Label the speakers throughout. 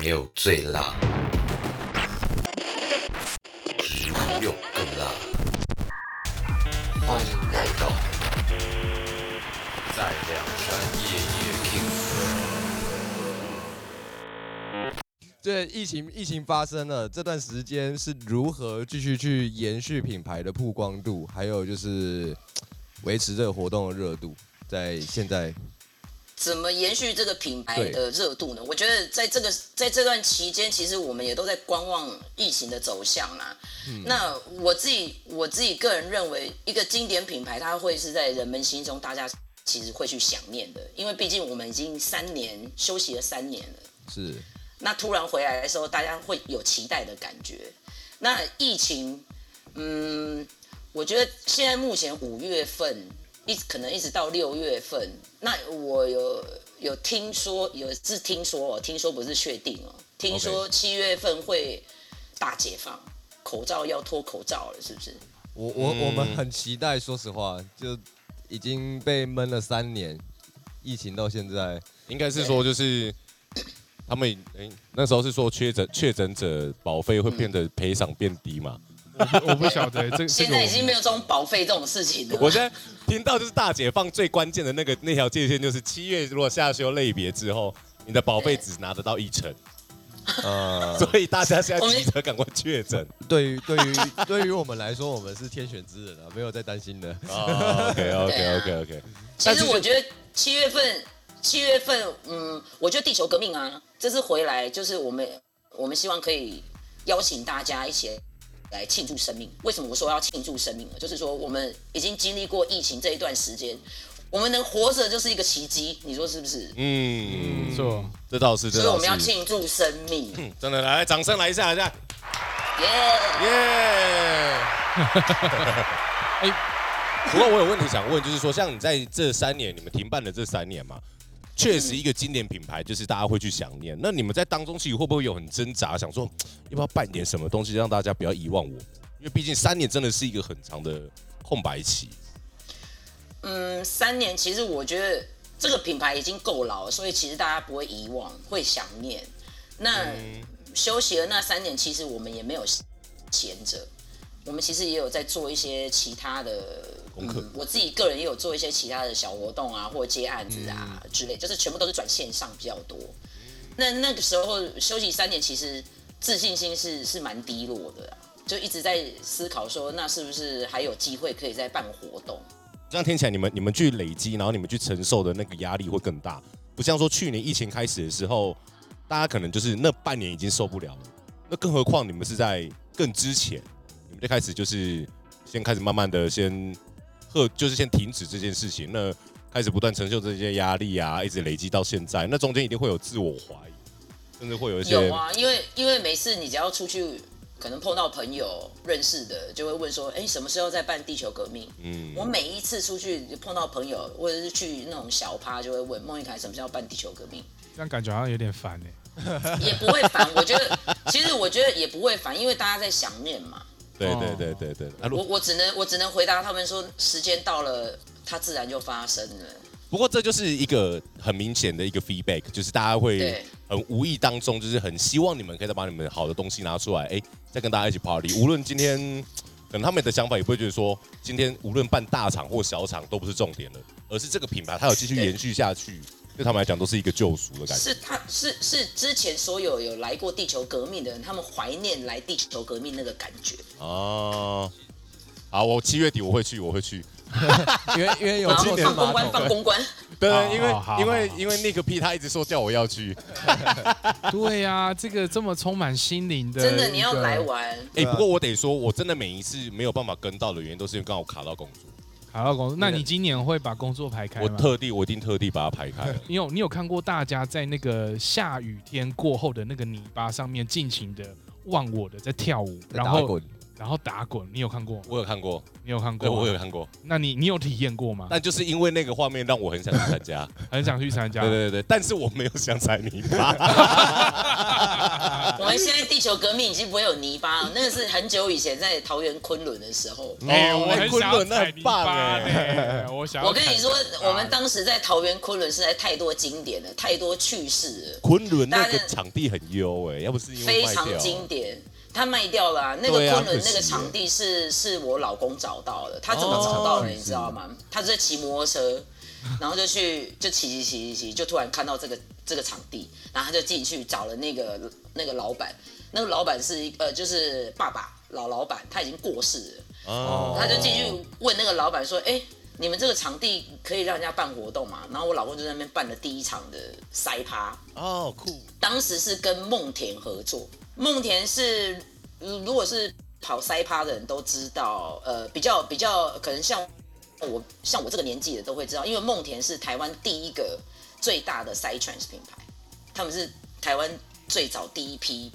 Speaker 1: 没有最辣，只有更辣。欢迎来到在梁山夜夜听。
Speaker 2: 对，疫情疫情发生了，这段时间是如何继续去延续品牌的曝光度，还有就是维持这个活动的热度，在现在
Speaker 3: 怎么延续这个品牌的热度呢？我觉得在这个在这段期间，其实我们也都在观望疫情的走向啦。那我自己我自己个人认为，一个经典品牌，它会是在人们心中大家其实会去想念的，因为毕竟我们已经三年休息了三年了。
Speaker 2: 是
Speaker 3: 那突然回来的时候，大家会有期待的感觉。那疫情，嗯，我觉得现在目前五月份一可能一直到六月份，那我有有听说，有是听说哦，听说不是确定哦，听说七月份会大解放，口罩要脱口罩了，是不是？
Speaker 2: 我
Speaker 4: 嗯
Speaker 2: 我、我们很期待，说实话，就已经被闷了三年，疫情到现在，
Speaker 4: 应该是说就是他们诶、那时候是说确诊确诊者保费会变得赔偿变低嘛？
Speaker 5: 我不晓得这这
Speaker 3: 现
Speaker 5: 个
Speaker 3: 在
Speaker 5: 我
Speaker 3: 已经没有这种保费这种事情了。
Speaker 4: 我现在听到就是大解放最关键的那个那条界限就是七月如果下修类别之后，你的保费只拿得到一成，
Speaker 2: 呃，
Speaker 4: 所以大家现
Speaker 3: 我
Speaker 4: 在
Speaker 3: 们
Speaker 4: 急着赶快确诊。
Speaker 2: 对于对于对于我们来说，我们是天选之人啊，没有在担心的。
Speaker 4: OK OK OK OK，
Speaker 3: 其实我觉得七月份，七月份，嗯，我觉得地球革命啊，这次回来就是我们，我们希望可以邀请大家一起来庆祝生命。为什么我说要庆祝生命呢？就是说我们已经经历过疫情这一段时间，我们能活着就是一个奇迹，你说是不是？
Speaker 4: 嗯，
Speaker 5: 没错，
Speaker 4: 这倒是，这
Speaker 3: 所以我
Speaker 4: 倒
Speaker 3: 们要
Speaker 4: 是，啊
Speaker 3: 庆祝生命，
Speaker 4: 真的来，掌声来一下，来一下，
Speaker 3: 耶、
Speaker 4: 耶！ 不过我有问题想问，就是说，像你在这三年，你们停办的这三年嘛，确实一个经典品牌，就是大家会去想念。那你们在当中其实会不会有很挣扎，想说要不要办点什么东西，让大家不要遗忘我？因为毕竟三年真的是一个很长的空白期。
Speaker 3: 嗯，三年其实我觉得这个品牌已经够老了，所以其实大家不会遗忘，会想念。那、
Speaker 4: 嗯
Speaker 3: 休息的那三年，其实我们也没有闲着，我们其实也有在做一些其他的嗯
Speaker 4: 功课
Speaker 3: 我自己个人也有做一些其他的小活动啊，或接案子啊、
Speaker 4: 嗯
Speaker 3: 之类，就是全部都是转线上比较多。那那个时候休息三年，其实自信心是是蛮低落的啊，就一直在思考说，那是不是还有机会可以再办活动？
Speaker 4: 这样听起来，你们你们去累积，然后你们去承受的那个压力会更大，不像说去年疫情开始的时候，大家可能就是那半年已经受不了了，那更何况你们是在更之前，你们就开始就是先开始慢慢的先和就是先停止这件事情，那开始不断承受这些压力啊，一直累积到现在，那中间一定会有自我怀疑，甚至会有一些
Speaker 3: 有啊，因为因为每次你只要出去，可能碰到朋友认识的，就会问说，哎、什么时候在办地球革命？
Speaker 4: 嗯
Speaker 3: 我每一次出去碰到朋友，或者是去那种小趴，就会问孟玉凯什么时候办地球革命，
Speaker 5: 这样感觉好像有点烦哎。
Speaker 3: 也不会烦。我觉得，其实我觉得也不会烦，因为大家在想念嘛。
Speaker 4: 对对对对对。啊如
Speaker 3: 我我只能我只能回答他们说，时间到了，它自然就发生了。
Speaker 4: 不过这就是一个很明显的一个 feedback，就是大家会
Speaker 3: 对
Speaker 4: 很无意当中，就是很希望你们可以再把你们好的东西拿出来，哎，再跟大家一起 party。无论今天可能他们的想法也不会觉得说，今天无论办大场或小场都不是重点了，而是这个品牌它有继续
Speaker 3: 对
Speaker 4: 延续下去，对他们来讲都是一个救赎的感觉。
Speaker 3: 是他是是之前所有有来过地球革命的人，他们怀念来地球革命那个感觉。
Speaker 4: 哦，好，我七月底我会去，我会去。
Speaker 2: 因为因为有
Speaker 3: 然后
Speaker 2: 哦今年
Speaker 3: 放公
Speaker 2: 马
Speaker 3: 关，放
Speaker 2: 桶，
Speaker 3: 公关。
Speaker 4: 对
Speaker 5: 好，
Speaker 4: 因为
Speaker 5: 好好
Speaker 4: 因为
Speaker 5: 好好
Speaker 4: 因为那个 P 他一直说叫我要去，
Speaker 5: 对呀、这个这么充满心灵的，
Speaker 3: 真的你要来，玩，
Speaker 4: 哎，
Speaker 2: 对啊
Speaker 4: 不过我得说，我真的每一次没有办法跟到的原因，都是因为刚好卡到工作。
Speaker 5: 好老公，那你今年会把工作排开
Speaker 4: 我
Speaker 5: 吗？
Speaker 4: 特地，我一定特地把它排开 了。
Speaker 5: 你有你有看过大家在那个下雨天过后的那个泥巴上面尽情的忘我的在跳舞，
Speaker 2: 在打
Speaker 5: 然后
Speaker 2: 滚
Speaker 5: 然后打滚，你有看过吗？
Speaker 4: 我有看过，
Speaker 5: 你有看过
Speaker 4: 对，
Speaker 5: 吗？
Speaker 4: 我有看过，
Speaker 5: 那你你有体验过吗？
Speaker 4: 但就是因为那个画面让我很想去参 加。
Speaker 5: 很想去参加。
Speaker 4: 对对对，但是我没有想踩泥 巴。
Speaker 5: 哦
Speaker 3: 我们现在地球革命已经不会有泥巴，那个是很久以前在桃园昆仑的时候。
Speaker 5: 哎，
Speaker 4: 哦
Speaker 5: 我
Speaker 4: 哎
Speaker 5: 很
Speaker 4: 昆
Speaker 5: 想要
Speaker 4: 仑那
Speaker 5: 踩泥
Speaker 4: 很棒
Speaker 5: 巴
Speaker 4: 哎，
Speaker 5: 呢，我想。
Speaker 3: 我跟你说，我们当时在桃园昆仑实在太多经典了，太多趣事了，
Speaker 4: 昆仑那个场地很优哎，要不是因为
Speaker 3: 非
Speaker 4: 卖
Speaker 3: 常
Speaker 4: 掉，
Speaker 3: 经典。他卖掉了啊、那个
Speaker 4: 对啊
Speaker 3: 昆仑
Speaker 4: 可惜
Speaker 3: 那
Speaker 4: 耶
Speaker 3: 个场地是是我老公找到的，他怎
Speaker 4: 哦
Speaker 3: 么找到的你知道吗？他就在骑摩托 车，然后就去就骑骑骑骑骑，就突然看到这个这个场地，然后他就进去找了那个那个老板，那个老板是一呃就是爸爸老老板，他已经过世了。
Speaker 4: 哦
Speaker 3: 他就进去问那个老板说：“哎、你们这个场地可以让人家办活动吗？”然后我老公就在那边办了第一场的塞趴，
Speaker 4: 哦酷，
Speaker 3: 当时是跟梦田合作。梦田是，嗯如果是跑塞趴的人都知道，呃，比较比较可能像我像我这个年纪的都会知道，因为梦田是台湾第一个最大的塞 trans 品牌，他们是台湾最早第一批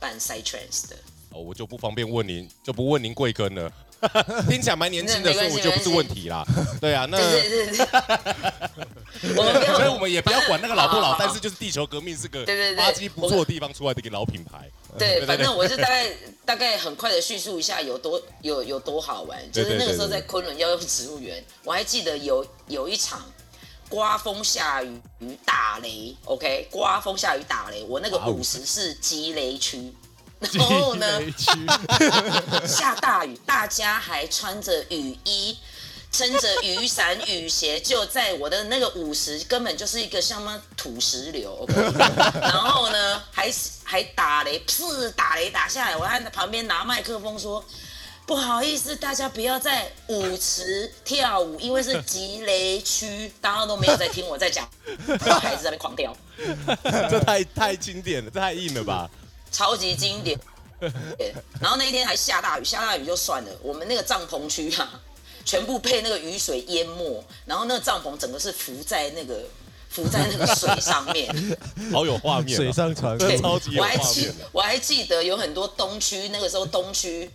Speaker 3: 办塞 trans 的。
Speaker 4: 哦我就不方便问您，就不问您贵 庚了。听起来蛮年轻的，
Speaker 3: 那没关
Speaker 4: 所以
Speaker 3: 系
Speaker 4: 我就不是问题啦。对啊，那
Speaker 3: 对对对 对，我们不要，
Speaker 4: 所以我们也不要管那个老不
Speaker 3: 好好
Speaker 4: 老
Speaker 3: 好，
Speaker 4: 但是就是地球革命是个
Speaker 3: 哦对对对
Speaker 4: 垃圾不错的地方出来的一个老品牌。
Speaker 3: 对，反
Speaker 4: 对
Speaker 3: 正我是大概大概很快的叙述一下有多有有多好玩，就
Speaker 4: 对
Speaker 3: 是
Speaker 4: 对
Speaker 3: 那个
Speaker 4: 对
Speaker 3: 时候
Speaker 4: 对
Speaker 3: 在昆仑要用植物园，我还记得有有一场刮风下雨打雷，OK，刮风下雨打雷，我那个
Speaker 4: 哇哦
Speaker 3: 五十是积雷区，
Speaker 5: 地
Speaker 3: 然后 呢
Speaker 5: 雷区，
Speaker 3: 下大雨，大家还穿着雨衣。撑着雨伞、雨鞋，就在我的那个五十，根本就是一个像妈土石流。OK 然后呢，还还打雷，噗，打雷打下来，我还在旁边拿麦克风说。不好意思，大家不要在舞池跳舞，因为是极雷区，大家都没有在听我在讲，孩子在那边狂跳，
Speaker 4: 这太太经典了，这太硬了吧？
Speaker 3: 超级经 典。对然后那一天还下大雨，下大雨就算了，我们那个帐篷区啊，全部被那个雨水淹没，然后那个帐篷整个是浮在那个浮在那个水上 面，
Speaker 4: 好有画面哦，
Speaker 2: 水上船
Speaker 4: 这
Speaker 3: 对，
Speaker 4: 超级有
Speaker 3: 我
Speaker 4: 画
Speaker 3: 还
Speaker 4: 面
Speaker 3: 记
Speaker 4: 的。
Speaker 3: 我还记得有很多东区那个时候东区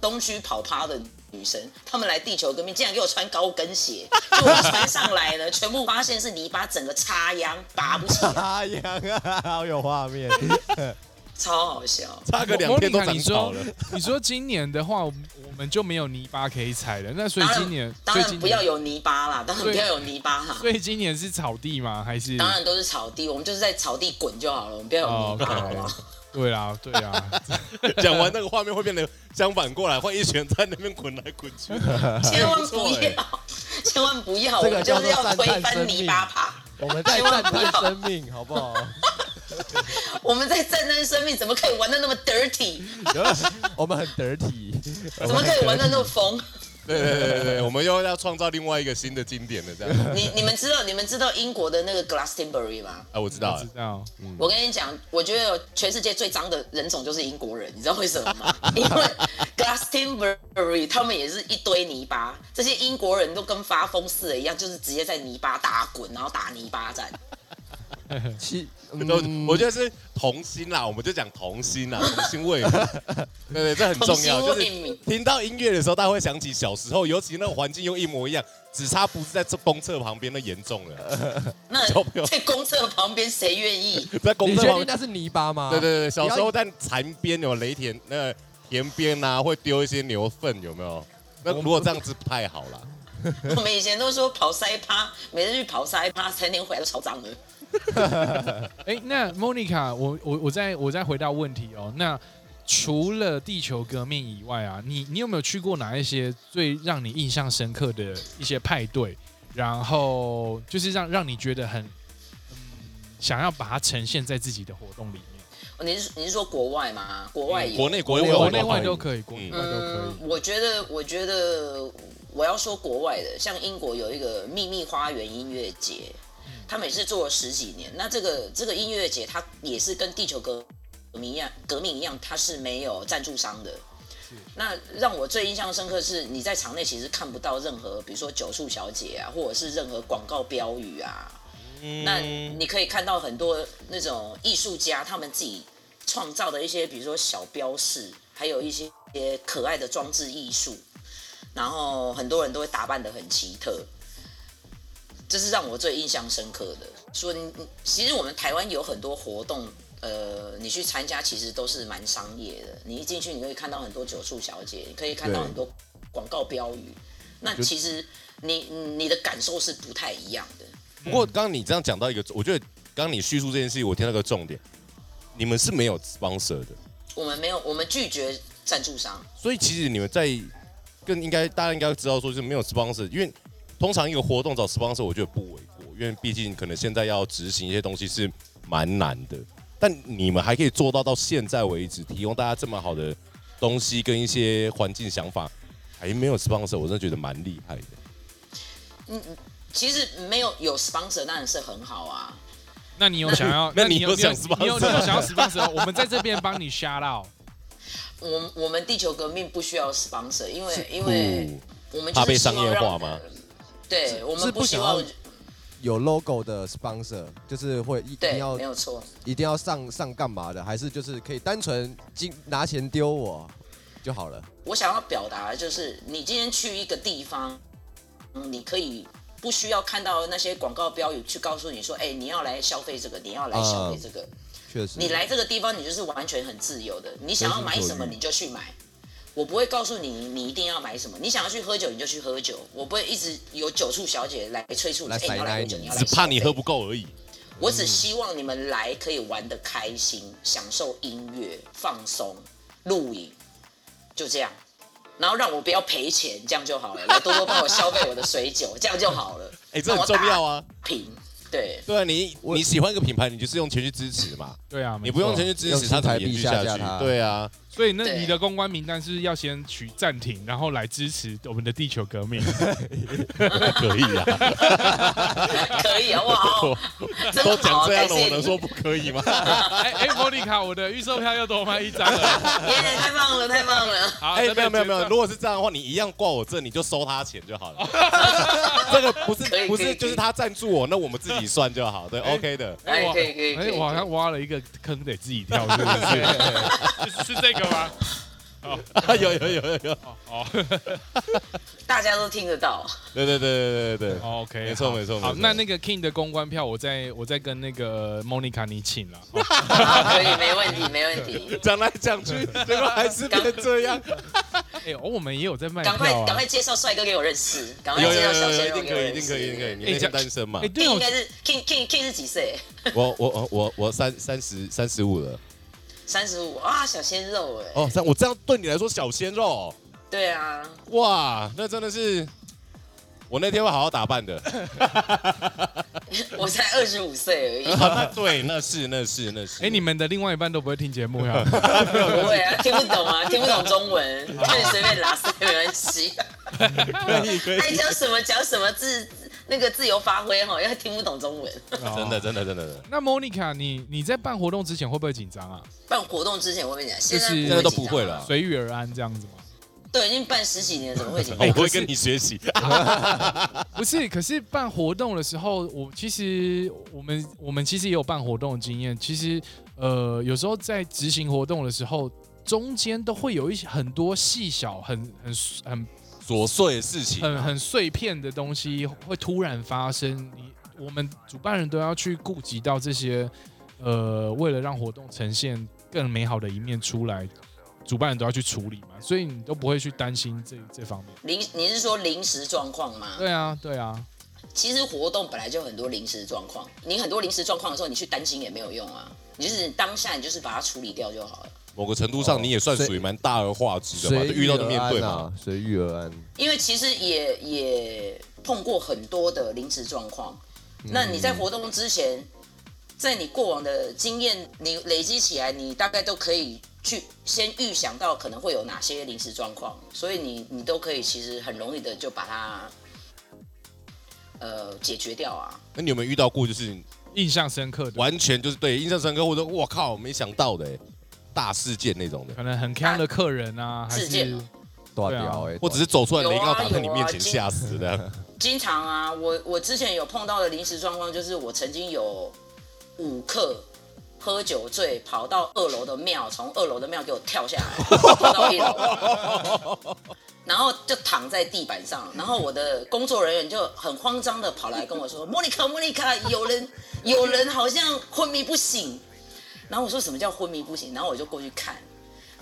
Speaker 3: 东区跑趴的女生，她们来地球革命竟然给哎我穿高跟鞋，就我穿上来了，全部发现是泥巴，整个插秧拔不起来，
Speaker 2: 哎呀，好有画面。
Speaker 3: 超好笑。
Speaker 4: 差个两天都长草了
Speaker 5: 莫。妮卡你说，你说今年的话，我们我们就没有泥巴可以踩了。那所以
Speaker 3: 当
Speaker 5: 今年
Speaker 3: 然，，当
Speaker 5: 所以
Speaker 3: 然
Speaker 5: 今
Speaker 3: 不要
Speaker 5: 年，
Speaker 3: 有泥巴啦，当然不要有泥巴啦。
Speaker 5: 所以今年是草地吗？还是
Speaker 3: 当然都是草地，我们就是在草地滚就好了，我们不要有
Speaker 5: 哦
Speaker 3: 泥巴，好不好？
Speaker 5: ，OK，对 啦，对啦，
Speaker 4: 讲完那个画面会变得相反过来，换一群人在那边滚来滚去。
Speaker 3: 千万
Speaker 4: 错
Speaker 3: 不
Speaker 4: 欸
Speaker 3: 要，千万不要，
Speaker 2: 哎这
Speaker 3: 我
Speaker 2: 个叫
Speaker 3: 们就是
Speaker 2: 做
Speaker 3: 要
Speaker 2: 赞
Speaker 3: 推
Speaker 2: 叹
Speaker 3: 翻
Speaker 2: 生
Speaker 3: 泥
Speaker 2: 命
Speaker 3: 巴趴。
Speaker 2: 我们在赞叹生命，好不好？
Speaker 3: 我们在战争生命，怎么可以玩的那么 dirty？
Speaker 2: 我们很得体，
Speaker 3: 怎么可以玩的那么疯？
Speaker 4: 对对对对对，我们又要创造另外一个新的经典了，这样。
Speaker 3: 你你们知道你们知道英国的那个 Glastonbury 吗？
Speaker 4: 啊，我知道
Speaker 5: 知
Speaker 4: 了，
Speaker 5: 道。
Speaker 2: 嗯
Speaker 3: 我跟你讲，我觉得全世界最脏的人种就是英国人，你知道为什 么吗？因为 Glastonbury 他们也是一堆泥巴，这些英国人都跟发疯似的一样，就是直接在泥巴打滚，然后打泥巴战。
Speaker 2: 其
Speaker 4: 都我觉得是童心啦，我们就讲童心啦，童心未泯。对对，这很重要，就
Speaker 3: 童
Speaker 4: 是
Speaker 3: 心未泯
Speaker 4: 听到音乐的时候，大家会想起小时候，尤其那个环境又一模一样，只差不是在这公厕旁边，那严重了，
Speaker 3: 那
Speaker 4: 小朋友
Speaker 3: 在公厕旁边谁愿意？
Speaker 4: 在公
Speaker 2: 你
Speaker 4: 厕
Speaker 2: 确
Speaker 4: 旁
Speaker 2: 定
Speaker 4: 边。
Speaker 2: 那是泥巴吗？
Speaker 4: 对对对，小时候
Speaker 2: 不
Speaker 4: 在潭边有雷田那个田边呐、啊，会丢一些牛粪，有没有？那如果这样子不太好啦。
Speaker 3: 我们以前都说跑塞趴，每次去跑塞趴，三天回来都超脏的。
Speaker 5: 哎，那 Monica，我我我再我再回到问题哦。那除了地球革命以外啊，你你有没有去过哪一些最让你印象深刻的一些派对？然后就是让让你觉得很、嗯、想要把它呈现在自己的活动里面，
Speaker 3: 哦你是你是说国外吗？嗯国外有，
Speaker 4: 国内国内
Speaker 2: 国
Speaker 5: 国
Speaker 2: 内
Speaker 5: 内
Speaker 4: 外
Speaker 5: 外
Speaker 4: 都
Speaker 5: 都
Speaker 4: 可以。
Speaker 5: 可以，国内外都可
Speaker 3: 嗯
Speaker 5: 以。，
Speaker 3: 我觉得，我觉得我要说国外的，像英国有一个秘密花园音乐节，他们也是做了十几年。那这个这个音乐节，它也是跟地球革命一样，革命一样，它是没有赞助商的。那让我最印象深刻是，你在场内其实看不到任何，比如说九处小姐啊，或者是任何广告标语啊，那你可以看到很多那种艺术家他们自己创造的一些，比如说小标示，还有一些可爱的装置艺术，然后很多人都会打扮得很奇特，这是让我最印象深刻的。说你，你其实我们台湾有很多活动，呃，你去参加其实都是蛮商业的。你一进去，你可以看到很多酒醋小姐，你可以看到
Speaker 2: 对
Speaker 3: 很多广告标语。那
Speaker 2: 就
Speaker 3: 其实你你的感受是不太一样的。
Speaker 4: 不过刚刚你这样讲到一个，我觉得刚刚你叙述这件事情，我听到一个重点，你们是没有 sponsor 的，
Speaker 3: 我们没有，我们拒绝赞助商。
Speaker 4: 所以其实你们在更应该大家应该知道说就是没有 sponsor，因为通常一个活动找 sponsor 我觉得不为过，因为毕竟可能现在要执行一些东西是蛮难的。但你们还可以做到到现在为止，提供大家这么好的东西跟一些环境想法，还没有 sponsor，我真的觉得蛮厉害的。
Speaker 3: 其实没有有 sponsor 当然是很好啊。
Speaker 5: 那你有想要？
Speaker 4: 那
Speaker 5: 你
Speaker 4: 你
Speaker 5: 有
Speaker 4: 有想
Speaker 5: 你有你有
Speaker 4: sponsor？
Speaker 5: 你有想要 sponsor？我们在这边帮你 shout out。
Speaker 3: 我我们地球革命不需要 sponsor，因为因为我哎们就是
Speaker 4: 怕被
Speaker 3: 希望
Speaker 4: 商业
Speaker 3: 让
Speaker 4: 化吗？
Speaker 3: 对，我
Speaker 2: 是
Speaker 3: 们
Speaker 2: 不
Speaker 3: 希
Speaker 2: 想
Speaker 3: 望
Speaker 2: 要，有 logo 的 sponsor，就是会一一定
Speaker 3: 对，
Speaker 2: 要
Speaker 3: 没有错。
Speaker 2: 一定要上上干嘛的，还是就是可以单纯金拿钱丢我就好了？
Speaker 3: 我想要表达的就是，你今天去一个地方，嗯，你可以不需要看到那些广告标语去告诉你说，哎、你要来消费这个，你要来消
Speaker 2: 嗯
Speaker 3: 费这个。
Speaker 2: 确实，
Speaker 3: 你来这个地方，你就是完全很自由的，你想要买什么你就去买，我不会告诉你你一定要买什么。你想要去喝酒你就去喝酒，我不会一直有酒醋小姐来催促你，
Speaker 2: 来
Speaker 3: 哎、你要
Speaker 2: 塞奶
Speaker 3: 来喝酒，
Speaker 2: 你
Speaker 3: 你要来
Speaker 4: 只怕
Speaker 3: 消费
Speaker 4: 你喝不够而已。
Speaker 3: 我只希望你们来可以玩得开心，享受音乐、放松、露营，就这样。然后让我不要赔钱，这样就好了。来多多帮我消费我的水酒，这样就好了。
Speaker 4: 哎、这很重要
Speaker 3: 啊。
Speaker 4: 啊！
Speaker 3: 平，对，
Speaker 4: 对啊，你
Speaker 2: 我
Speaker 4: 你喜欢一个品牌，你就是用钱去支持嘛，
Speaker 5: 对啊，没
Speaker 4: 你不用
Speaker 5: 错
Speaker 4: 钱去支
Speaker 2: 用
Speaker 4: 持它，
Speaker 2: 新
Speaker 4: 怎么
Speaker 2: 台
Speaker 4: 延
Speaker 2: 币
Speaker 4: 续
Speaker 2: 下
Speaker 4: 下
Speaker 2: 架
Speaker 4: 去
Speaker 2: 它？
Speaker 4: 对啊，
Speaker 5: 所以那
Speaker 3: 对
Speaker 5: 你的公关名单是要先取暂停，然后来支持我们的地球革 命。
Speaker 4: 可以啊。
Speaker 3: 可以啊，哇，好 真 好
Speaker 4: 都讲
Speaker 3: 啊，
Speaker 4: 这
Speaker 3: 感
Speaker 4: 样了，
Speaker 3: 谢
Speaker 4: 我
Speaker 3: 你
Speaker 4: 能说不可以吗？
Speaker 5: 哎哎，莫妮卡，我的预售票又多卖一张 了。
Speaker 3: 耶，哎太棒了，太棒了。
Speaker 5: 好，
Speaker 4: 哎、
Speaker 5: 这
Speaker 4: 没有
Speaker 5: 边
Speaker 4: 没有没有，如
Speaker 5: 结账
Speaker 4: 果是这样的话，你一样挂我这，你就收他钱就好了。这个不
Speaker 3: 可以
Speaker 4: 是不
Speaker 3: 可以
Speaker 4: 是，就是他赞助我，那我们自己算就好。对
Speaker 5: 哎
Speaker 4: ，OK 的。
Speaker 3: 哎
Speaker 5: 哇
Speaker 3: 可以可以可以
Speaker 5: 哎，我好像挖了一个坑，得自己跳，是不 是？是是这个吗？
Speaker 4: 啊，有有有有有，
Speaker 5: 哦
Speaker 3: 大家都听得 到。
Speaker 4: 对对对对对对对。
Speaker 5: 哦，OK，
Speaker 4: 没错
Speaker 5: 好
Speaker 4: 没错
Speaker 5: 好，
Speaker 4: 没错
Speaker 5: 那那个 King 的公关票，我再我再跟那个 Monica 你请了。哦
Speaker 3: 好，可以，没问题，没问题。
Speaker 4: 讲来讲去，结果还是变这样。
Speaker 5: 哎，哦我们也有在卖票
Speaker 3: 赶快赶
Speaker 5: 啊
Speaker 3: 快。介绍帅哥给我认识，赶快
Speaker 4: 有
Speaker 3: 介
Speaker 4: 有
Speaker 3: 绍
Speaker 4: 有
Speaker 3: 小
Speaker 4: 有，
Speaker 3: 鲜
Speaker 4: 一
Speaker 3: 肉
Speaker 4: 定
Speaker 3: 给
Speaker 4: 可
Speaker 3: 我
Speaker 4: 以，一
Speaker 3: 认
Speaker 4: 定可以，一定可以。
Speaker 3: 识。
Speaker 4: 你那天单身嘛
Speaker 5: 哎，？对哦
Speaker 3: 应，该是 King King King 是几岁？
Speaker 4: 我我我我我三三十三十五了。
Speaker 3: 三十五啊，小鲜肉哎、
Speaker 4: 哦，三我这样对你来说小鲜肉哦，
Speaker 3: 对啊，
Speaker 4: 哇，那真的是。我那天会好好打扮的，
Speaker 3: 我才二十五岁而已，
Speaker 4: 啊那对，那是那是那是。
Speaker 5: 哎，你们的另外一半都不会听节目呀？
Speaker 3: 不会啊，听不懂啊，听不懂中文，就你随便拉塞没关系，哎
Speaker 4: 可以可以，
Speaker 3: 爱讲什么讲什么自那个自由发挥哈，要听不懂中文。
Speaker 4: 真的真的真的真的。
Speaker 5: 哦那 Monica，你你在办活动之前会不会紧张啊？
Speaker 3: 办活动之前我跟你讲，现在
Speaker 5: 就是
Speaker 3: 紧
Speaker 4: 现
Speaker 3: 张
Speaker 4: 在
Speaker 3: 啊
Speaker 4: 都不会了，
Speaker 5: 随遇而安这样子吗？
Speaker 3: 对，已经办十几年，怎么会紧
Speaker 4: 哦我
Speaker 3: 张？
Speaker 4: 会跟你学 习。啊
Speaker 5: 不是，可是办活动的时候，我其实我们我们其实也有办活动的经验。其实呃，有时候在执行活动的时候，中间都会有一些很多细小、很很很
Speaker 4: 琐碎的事情，
Speaker 5: 很很碎片的东西会突然发生。你我们主办人都要去顾及到这些，呃，为了让活动呈现更美好的一面出来，主办人都要去处理嘛，所以你都不会去担心这这方面。
Speaker 3: 临你是说临时状况吗？
Speaker 5: 对啊，对啊。
Speaker 3: 其实活动本来就有很多临时状况，你很多临时状况的时候，你去担心也没有用啊，你就是当下你就是把它处理掉就好了。
Speaker 4: 某个程度
Speaker 5: 哦
Speaker 4: 上你也算属于蛮大而化之的
Speaker 2: 随
Speaker 4: 嘛，
Speaker 5: 啊
Speaker 4: 就
Speaker 2: 遇
Speaker 4: 遇到就面对
Speaker 2: 而安
Speaker 4: 嘛。
Speaker 2: 啊，随遇而安。
Speaker 3: 因为其实也也碰过很多的临时状况。那你在活动之前，在你过往的经验你累积起来，你大概都可以去先预想到可能会有哪些临时状况，所以你你都可以其实很容易的就把它呃解决掉啊。
Speaker 4: 那你有没有遇到过就是
Speaker 5: 印象深刻的，
Speaker 4: 完全就是对印象深刻，或者我靠没想到的欸大事件那种的，
Speaker 5: 可能很坑的客人啊，还
Speaker 3: 事件
Speaker 5: 是
Speaker 3: 哦
Speaker 2: 大
Speaker 5: 对啊
Speaker 2: 屌哎，
Speaker 4: 或者是走出来雷高
Speaker 3: 有啊
Speaker 4: 打在你
Speaker 3: 有啊
Speaker 4: 面前
Speaker 3: 经
Speaker 4: 吓死的。
Speaker 3: 经常啊，我我之前有碰到的临时状况，就是我曾经有五课喝酒醉跑到二楼的庙，从二楼的庙给我跳下 来，跳到一楼，然后就躺在地板上。然后我的工作人员就很慌张的跑来跟我说：“莫妮卡，莫妮卡，有人有人好像昏迷不醒。”然后我说什么叫昏迷不醒？然后我就过去看，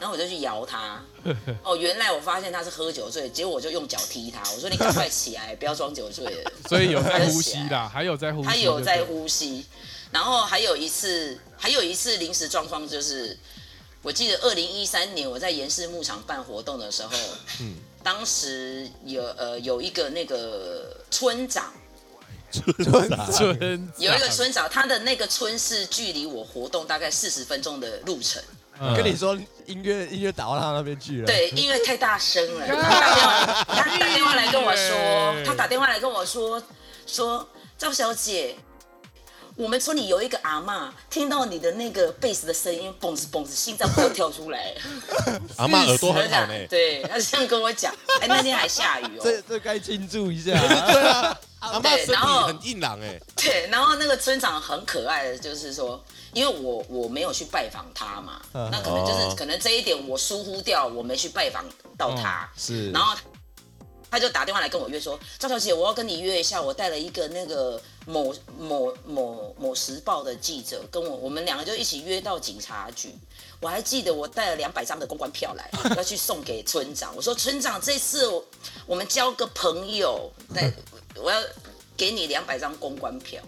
Speaker 3: 然后我就去摇 他。哦，原来我发现他是喝酒醉，结果我就用脚踢他。我说你赶快起来，不要装酒醉了。
Speaker 5: 所以有在呼吸 啦，还有在呼吸，
Speaker 3: 他有在
Speaker 5: 对不对，
Speaker 3: 呼吸，然后还有一次，还有一次临时状况就是，我记得二零一三年我在盐市牧场办活动的时候，
Speaker 5: 嗯
Speaker 3: 当时有呃有一个那个村长，
Speaker 5: 村
Speaker 3: 有一个村长，他的那个村是距离我活动大概四十分钟的路程，
Speaker 5: 嗯
Speaker 2: 跟你说，音乐音乐打到他那边去了。，
Speaker 3: 对，因为太大声 了，他打电话，他打电话来跟我说，他打电话来跟我说，说赵小姐，我们村里有一个阿嬷，听到你的那个贝斯的声音，嘣子嘣子，心脏快要跳出来。
Speaker 4: 阿妈 耳朵很好呢、
Speaker 3: 对，他这样跟我讲，哎，那天还下雨
Speaker 2: 这
Speaker 3: 哦。
Speaker 2: 这该庆祝一下。
Speaker 4: 阿妈身体很硬朗哎、
Speaker 3: 对，然后那个村长很可爱的，就是说，因为我我没有去拜访他嘛，那可能就是
Speaker 4: 哦
Speaker 3: 可能这一点我疏忽掉，我没去拜访到他。
Speaker 4: 嗯
Speaker 2: 是
Speaker 3: 然后他就打电话来跟我约说，赵小姐，我要跟你约一下，我带了一个那个某某某某时报的记者跟我，我们两个就一起约到警察局。我还记得我带了两百张的公关票来，要去送给村长。我说村长，这次我我们交个朋友，对，我要给你两百张公关票。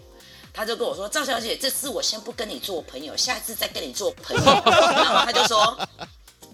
Speaker 3: 他就跟我说：“赵小姐，这次我先不跟你做朋友，下次再跟你做朋友。”然后他就说：“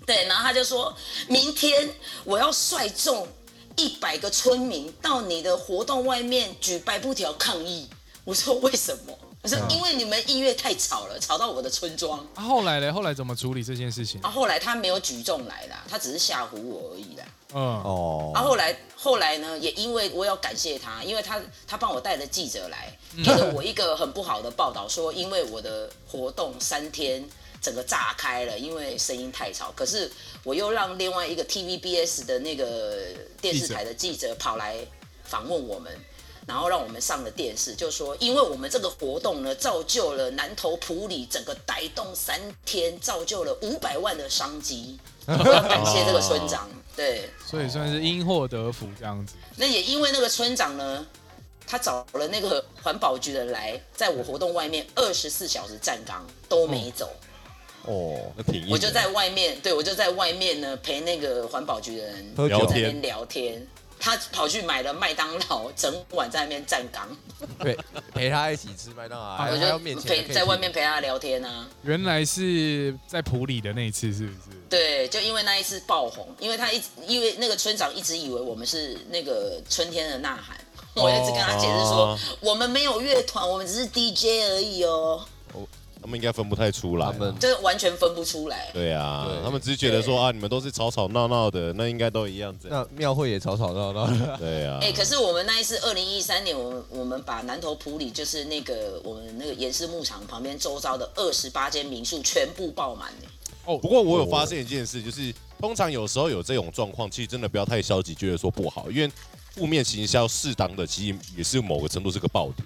Speaker 3: 对，然后他就说明天我要率众一百个村民到你的活动外面举白布条抗议。我说 为什么？我说因为你们音乐太吵了，吵到我的村庄。啊
Speaker 5: 啊后来嘞，后来怎么处理这件事情？
Speaker 3: 然后后来他没有举重来啦，他只是吓唬我而已啦。
Speaker 5: 嗯，
Speaker 2: 哦
Speaker 3: 啊然，后后来后来呢，也因为我要感谢他，因为他他帮我带了记者来，给了我一个很不好的报道，说因为我的活动三天整个炸开了，因为声音太吵。可是我又让另外一个 TVBS 的那个电视台的记者跑来访问我们。然后让我们上了电视，就说因为我们这个活动呢，造就了南投埔里整个呆动三天，造就了五百万的商 机，要感谢这个村长。对，
Speaker 5: 所以算是因祸得福这样子。
Speaker 3: 那也因为那个村长呢，他找了那个环保局的来，在我活动外面二十四小时站岗都没走，
Speaker 2: 哦，
Speaker 4: 那挺硬的。
Speaker 3: 我就在外面，对我就在外面呢陪那个环保局的人
Speaker 2: 喝酒
Speaker 3: 在
Speaker 4: 聊
Speaker 3: 那
Speaker 4: 天
Speaker 3: 边聊天。他跑去买了麦当劳，整晚在那边站岗，
Speaker 2: 对，陪他一起吃麦当劳，还
Speaker 5: 我
Speaker 3: 我
Speaker 2: 还要面
Speaker 3: 就
Speaker 2: 前还
Speaker 3: 陪
Speaker 2: 可以
Speaker 3: 在外
Speaker 2: 听
Speaker 3: 面陪他聊天啊。
Speaker 5: 原来是在普里的那一次，是不是？
Speaker 3: 对，就因为那一次爆红，因为他一直因为那个村长一直以为我们是那个春天的呐喊，我一直跟他解释说，
Speaker 4: 哦
Speaker 3: 我们没有乐团，我们只是 DJ 而已哦。
Speaker 4: 他们应该分不太出来啊。
Speaker 2: 他们
Speaker 3: 就是完全分不出来。
Speaker 4: 对啊，
Speaker 2: 对
Speaker 4: 他们只是觉得说啊，你们都是吵吵闹闹的，那应该都一样子。
Speaker 2: 那庙会也吵吵闹闹的。
Speaker 4: 对啊，
Speaker 3: 哎、可是我们那一次，二零一三年，我们我们把南投埔里，就是那个我们那个盐市牧场旁边周遭的二十八间民宿全部爆满呢、
Speaker 4: 不过我有发现一件事，就是通常有时候有这种状况，其实真的不要太消极，觉得说不好，因为负面行销适当的，其实也是某个程度是个爆点，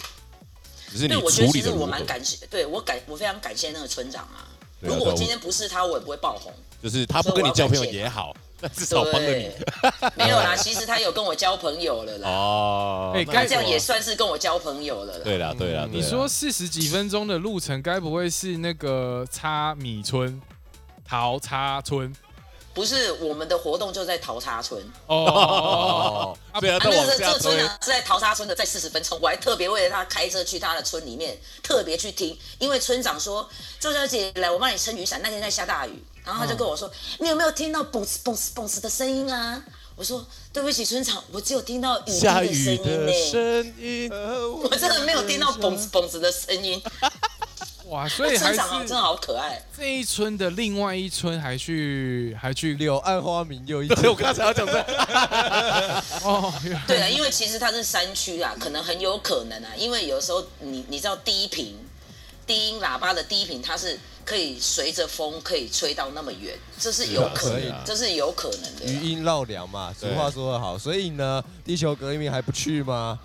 Speaker 4: 只是你
Speaker 3: 对，我觉得
Speaker 4: 处
Speaker 3: 其
Speaker 4: 理
Speaker 3: 实
Speaker 4: 的
Speaker 3: 我
Speaker 4: 如何
Speaker 3: 蛮。感谢，对我感我非常感谢那个村长啊。
Speaker 4: 对啊
Speaker 3: 如果我
Speaker 4: 对啊
Speaker 3: 今天不是他，我也不会爆红。
Speaker 4: 就是他不跟你交朋友也好，那啊至少帮了你
Speaker 3: 对， 没有啦，其实他有跟我交朋友了啦，
Speaker 4: 哦。
Speaker 5: 哎
Speaker 4: 那
Speaker 5: 该
Speaker 3: 他这样也算是跟我交朋友了啦。
Speaker 4: 对啦，
Speaker 3: 啊
Speaker 4: 对啦。
Speaker 5: 你
Speaker 4: 对啦
Speaker 5: 说四十几分钟的路程，该不会是那个叉米村、桃叉村？
Speaker 3: 不是我们的活动就在桃沙村，
Speaker 5: 哦，
Speaker 4: 哦，对啊，
Speaker 3: 啊
Speaker 4: 再
Speaker 3: 那
Speaker 4: 往
Speaker 3: 个这
Speaker 4: 下
Speaker 3: 个村
Speaker 4: 推
Speaker 3: 长，是在桃沙村的，在四十分钟，我还特别为了他开车去他的村里面，特别去听，因为村长说周小姐来，我帮你撑雨伞，那天在下大雨，然
Speaker 4: 嗯
Speaker 3: 后他就跟我说，你有没有听到嘣哧嘣哧嘣哧的声音啊？我说对不起，村长，我只有听到雨滴
Speaker 4: 下
Speaker 3: 的
Speaker 4: 雨
Speaker 3: 声音
Speaker 4: 的
Speaker 3: 呢、
Speaker 4: 声音，
Speaker 3: 我真的没有听到嘣哧嘣哧的声音。
Speaker 5: 哇，所
Speaker 4: 哎
Speaker 5: 以还
Speaker 3: 村
Speaker 5: 是
Speaker 3: 长好像真的好可爱，
Speaker 5: 这一村的另外一村还去还去
Speaker 2: 柳暗花明又一
Speaker 4: 对我
Speaker 2: 村，
Speaker 4: 刚才要讲这个，
Speaker 5: 哦，
Speaker 3: 对啊，因为其实它是山区啊，可能很有可能啊，因为有时候你你知道低频低音喇叭的低频，它是可以随着风可以吹到那么远，这是有可
Speaker 2: 是
Speaker 3: 能，
Speaker 2: 啊
Speaker 3: 这是有可能的啊、
Speaker 2: 余音绕梁嘛。俗
Speaker 4: 对
Speaker 2: 话说得好，所以呢，地球革命还不去吗？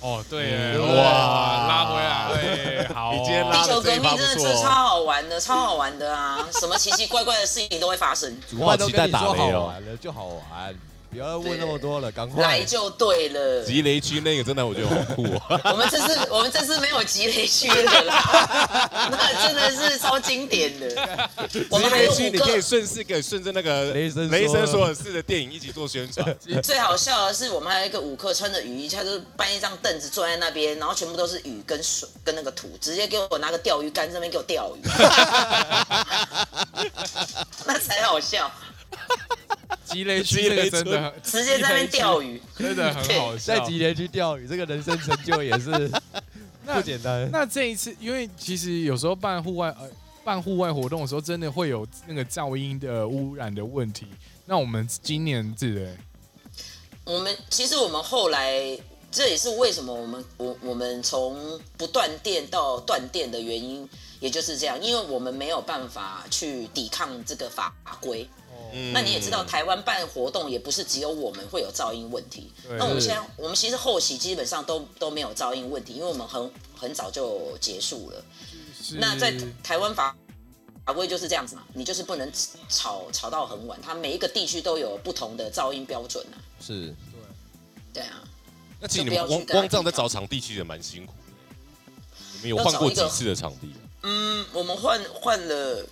Speaker 5: 哦，对耶，
Speaker 4: 嗯哇
Speaker 5: 哇，拉回来，哎，好哦，
Speaker 4: 你今天拉
Speaker 3: 地球革
Speaker 4: 这一趴
Speaker 3: 命
Speaker 4: 不
Speaker 3: 真的
Speaker 4: 错哦
Speaker 3: 是超好玩的，超好玩的啊！什么奇奇怪怪的事情都会发 生，
Speaker 2: 主
Speaker 4: 我好
Speaker 2: 办都
Speaker 4: 期
Speaker 2: 跟
Speaker 4: 待
Speaker 2: 你
Speaker 4: 打
Speaker 2: 说好
Speaker 4: 雷哦
Speaker 2: 玩了就好玩，不要问那么多了，赶快
Speaker 3: 来就对了。
Speaker 4: 吉雷区那个真的我觉得好酷哦，
Speaker 3: 我们这次我们这次没有积累区了啦， 那真的是超经典 的。我们
Speaker 4: 吉
Speaker 3: 还有
Speaker 4: 雷
Speaker 3: 五
Speaker 4: 区你可以
Speaker 3: 个，
Speaker 4: 顺势给顺着那个
Speaker 2: 雷神
Speaker 4: 雷神
Speaker 2: 索
Speaker 4: 索
Speaker 2: 尔
Speaker 4: 尔式的电影一起做宣传，
Speaker 3: 最好笑的是，我们还有一个五课穿着雨衣，他就搬一张凳子坐在那边，然后全部都是雨跟水跟那个土，直接给我拿个钓鱼竿在那边给我钓鱼， 那才好笑，
Speaker 5: 积累区这个真的很，
Speaker 3: 直接在那边钓
Speaker 5: 鱼，
Speaker 3: 鱼。
Speaker 5: 真的很好笑
Speaker 2: 在。吉连去钓鱼，这个人生成就也 是不
Speaker 5: 那
Speaker 2: 简单。
Speaker 5: 那这一次，因为其实有时候办户外呃办户外活动的时候，真的会有那个噪音的污染的问题。那我们今年自己
Speaker 3: 我们其实我们后来，这也是为什么我们我我们从不断电到断电的原因，也就是这样，因为我们没有办法去抵抗这个法规。
Speaker 4: 嗯
Speaker 3: 那你也知道，台湾办活动也不是只有我们会有噪音问题。
Speaker 5: 对
Speaker 3: 那我们
Speaker 2: 是
Speaker 3: 现在我们其实后期基本上都都没有噪音问题，因为我们很很早就结束了。
Speaker 5: 是
Speaker 3: 那在台湾法法规就是这样子嘛，你就是不能吵吵到很晚，它每一个地区都有不同的噪音标准啊。
Speaker 2: 是
Speaker 3: 对啊。
Speaker 4: 那其实你们光光这样在找场地，其实也蛮辛苦的。你们有换过几次的场地？
Speaker 3: 嗯，我们换换了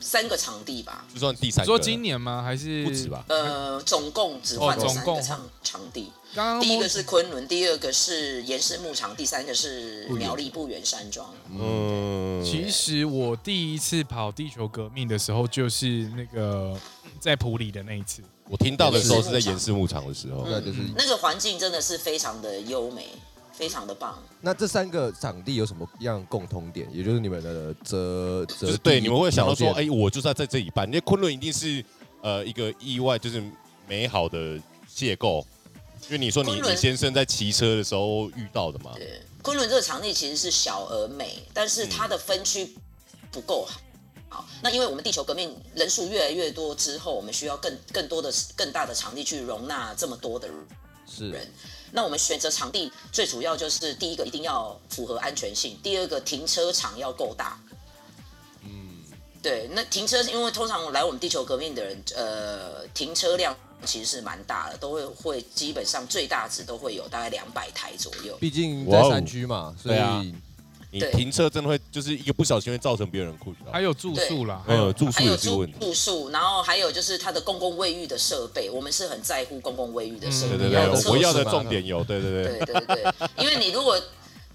Speaker 3: 三个场地吧，
Speaker 4: 就算第三
Speaker 5: 你
Speaker 4: 个，
Speaker 5: 说今年吗？还是
Speaker 4: 不止吧？？
Speaker 3: 呃，总共只换了
Speaker 5: 嗯哦
Speaker 3: 三
Speaker 5: 总
Speaker 3: 个
Speaker 5: 共
Speaker 3: 场、场地。
Speaker 5: 刚刚
Speaker 3: 第一个是昆仑，第二个是岩石牧场，第三个是苗栗不远山庄。
Speaker 4: 嗯，
Speaker 5: 其实我第一次跑地球革命的时候，就是那个在普里的那一次。
Speaker 4: 我听到的时候是在岩石牧场的时
Speaker 3: 嗯
Speaker 4: 候，
Speaker 2: 那就是
Speaker 3: 那个环境真的是非常的优美，非常的棒。
Speaker 2: 那这三个场地有什么样共同点？也就是你们的择择
Speaker 4: 就是
Speaker 2: 地
Speaker 4: 对你们会想到说，
Speaker 2: 条件
Speaker 4: 哎，我就是要在这里办，因为昆仑一定是呃一个意外，就是美好的邂逅。因为你说你
Speaker 3: 昆仑
Speaker 4: 你先生在骑车的时候遇到的嘛，
Speaker 3: 对，昆仑这个场地其实是小而美，但是它的分区不够好。好，那因为我们地球革命人数越来越多之后，我们需要更更多的更大的场地去容纳这么多的人。
Speaker 2: 是
Speaker 3: 人。那我们选择场地最主要就是第一个一定要符合安全性，第二个停车场要够大。嗯，
Speaker 4: 嗯
Speaker 3: 对，那停车因为通常来我们地球革命的人，呃，停车量其实是蛮大的，都会会基本上最大值都会有大概两百台左右。
Speaker 2: 毕竟
Speaker 4: 哇
Speaker 2: 在
Speaker 4: 哦
Speaker 2: 山区嘛，所
Speaker 4: 对啊
Speaker 2: 以
Speaker 4: 你
Speaker 3: 对
Speaker 4: 停车真的会就是一个不小心会造成别人的困扰。
Speaker 5: 还有住宿啦，还
Speaker 4: 呃
Speaker 5: 有
Speaker 4: 住宿
Speaker 3: 还
Speaker 4: 也
Speaker 3: 有
Speaker 4: 是个
Speaker 3: 住
Speaker 4: 问题，
Speaker 3: 住宿，然后还有就是它的公共卫浴的设备，我们是很在乎公共卫浴的设备。
Speaker 4: 对
Speaker 5: 嗯
Speaker 4: 对
Speaker 3: 还有
Speaker 4: 对，
Speaker 3: 厕
Speaker 4: 我
Speaker 3: 所
Speaker 4: 要的
Speaker 2: 嘛
Speaker 4: 重点有，对对对
Speaker 3: 对，对对，因为你如果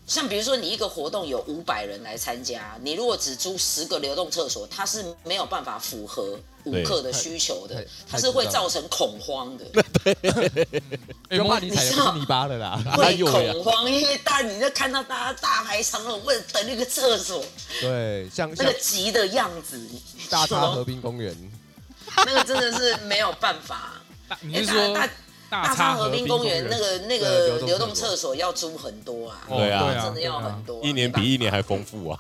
Speaker 3: 像比如说你一个活动有五百人来参加，你如果只租十个流动厕所，它是没有办法符合顾客的需求
Speaker 2: 太
Speaker 3: 的
Speaker 2: 太，
Speaker 3: 它是会造成恐慌的，
Speaker 5: 哎
Speaker 2: 就怕
Speaker 5: 莫
Speaker 2: 你
Speaker 5: 妮
Speaker 2: 踩的不是泥巴了 啦。哎
Speaker 3: 会
Speaker 2: 啊
Speaker 3: 恐慌，因为大你就看到大家大排长龙为了等那个厕所，
Speaker 2: 对，像
Speaker 3: 那
Speaker 2: 像
Speaker 3: 个急的样子，
Speaker 2: 大
Speaker 3: 什
Speaker 2: 沙
Speaker 3: 么
Speaker 2: 河滨公园，
Speaker 3: 那个真的是没有办法。
Speaker 5: 大你
Speaker 3: 哎
Speaker 5: 是说
Speaker 3: 大大
Speaker 5: 叉
Speaker 3: 昌河滨公园那个
Speaker 2: 呃
Speaker 3: 那个
Speaker 2: 流动
Speaker 3: 流动
Speaker 2: 厕所
Speaker 3: 厕所要租很多啊，
Speaker 5: 哦
Speaker 4: 对啊
Speaker 5: 对啊
Speaker 3: 真的要
Speaker 5: 对啊
Speaker 3: 很多啊，
Speaker 4: 一年比一年还丰富啊。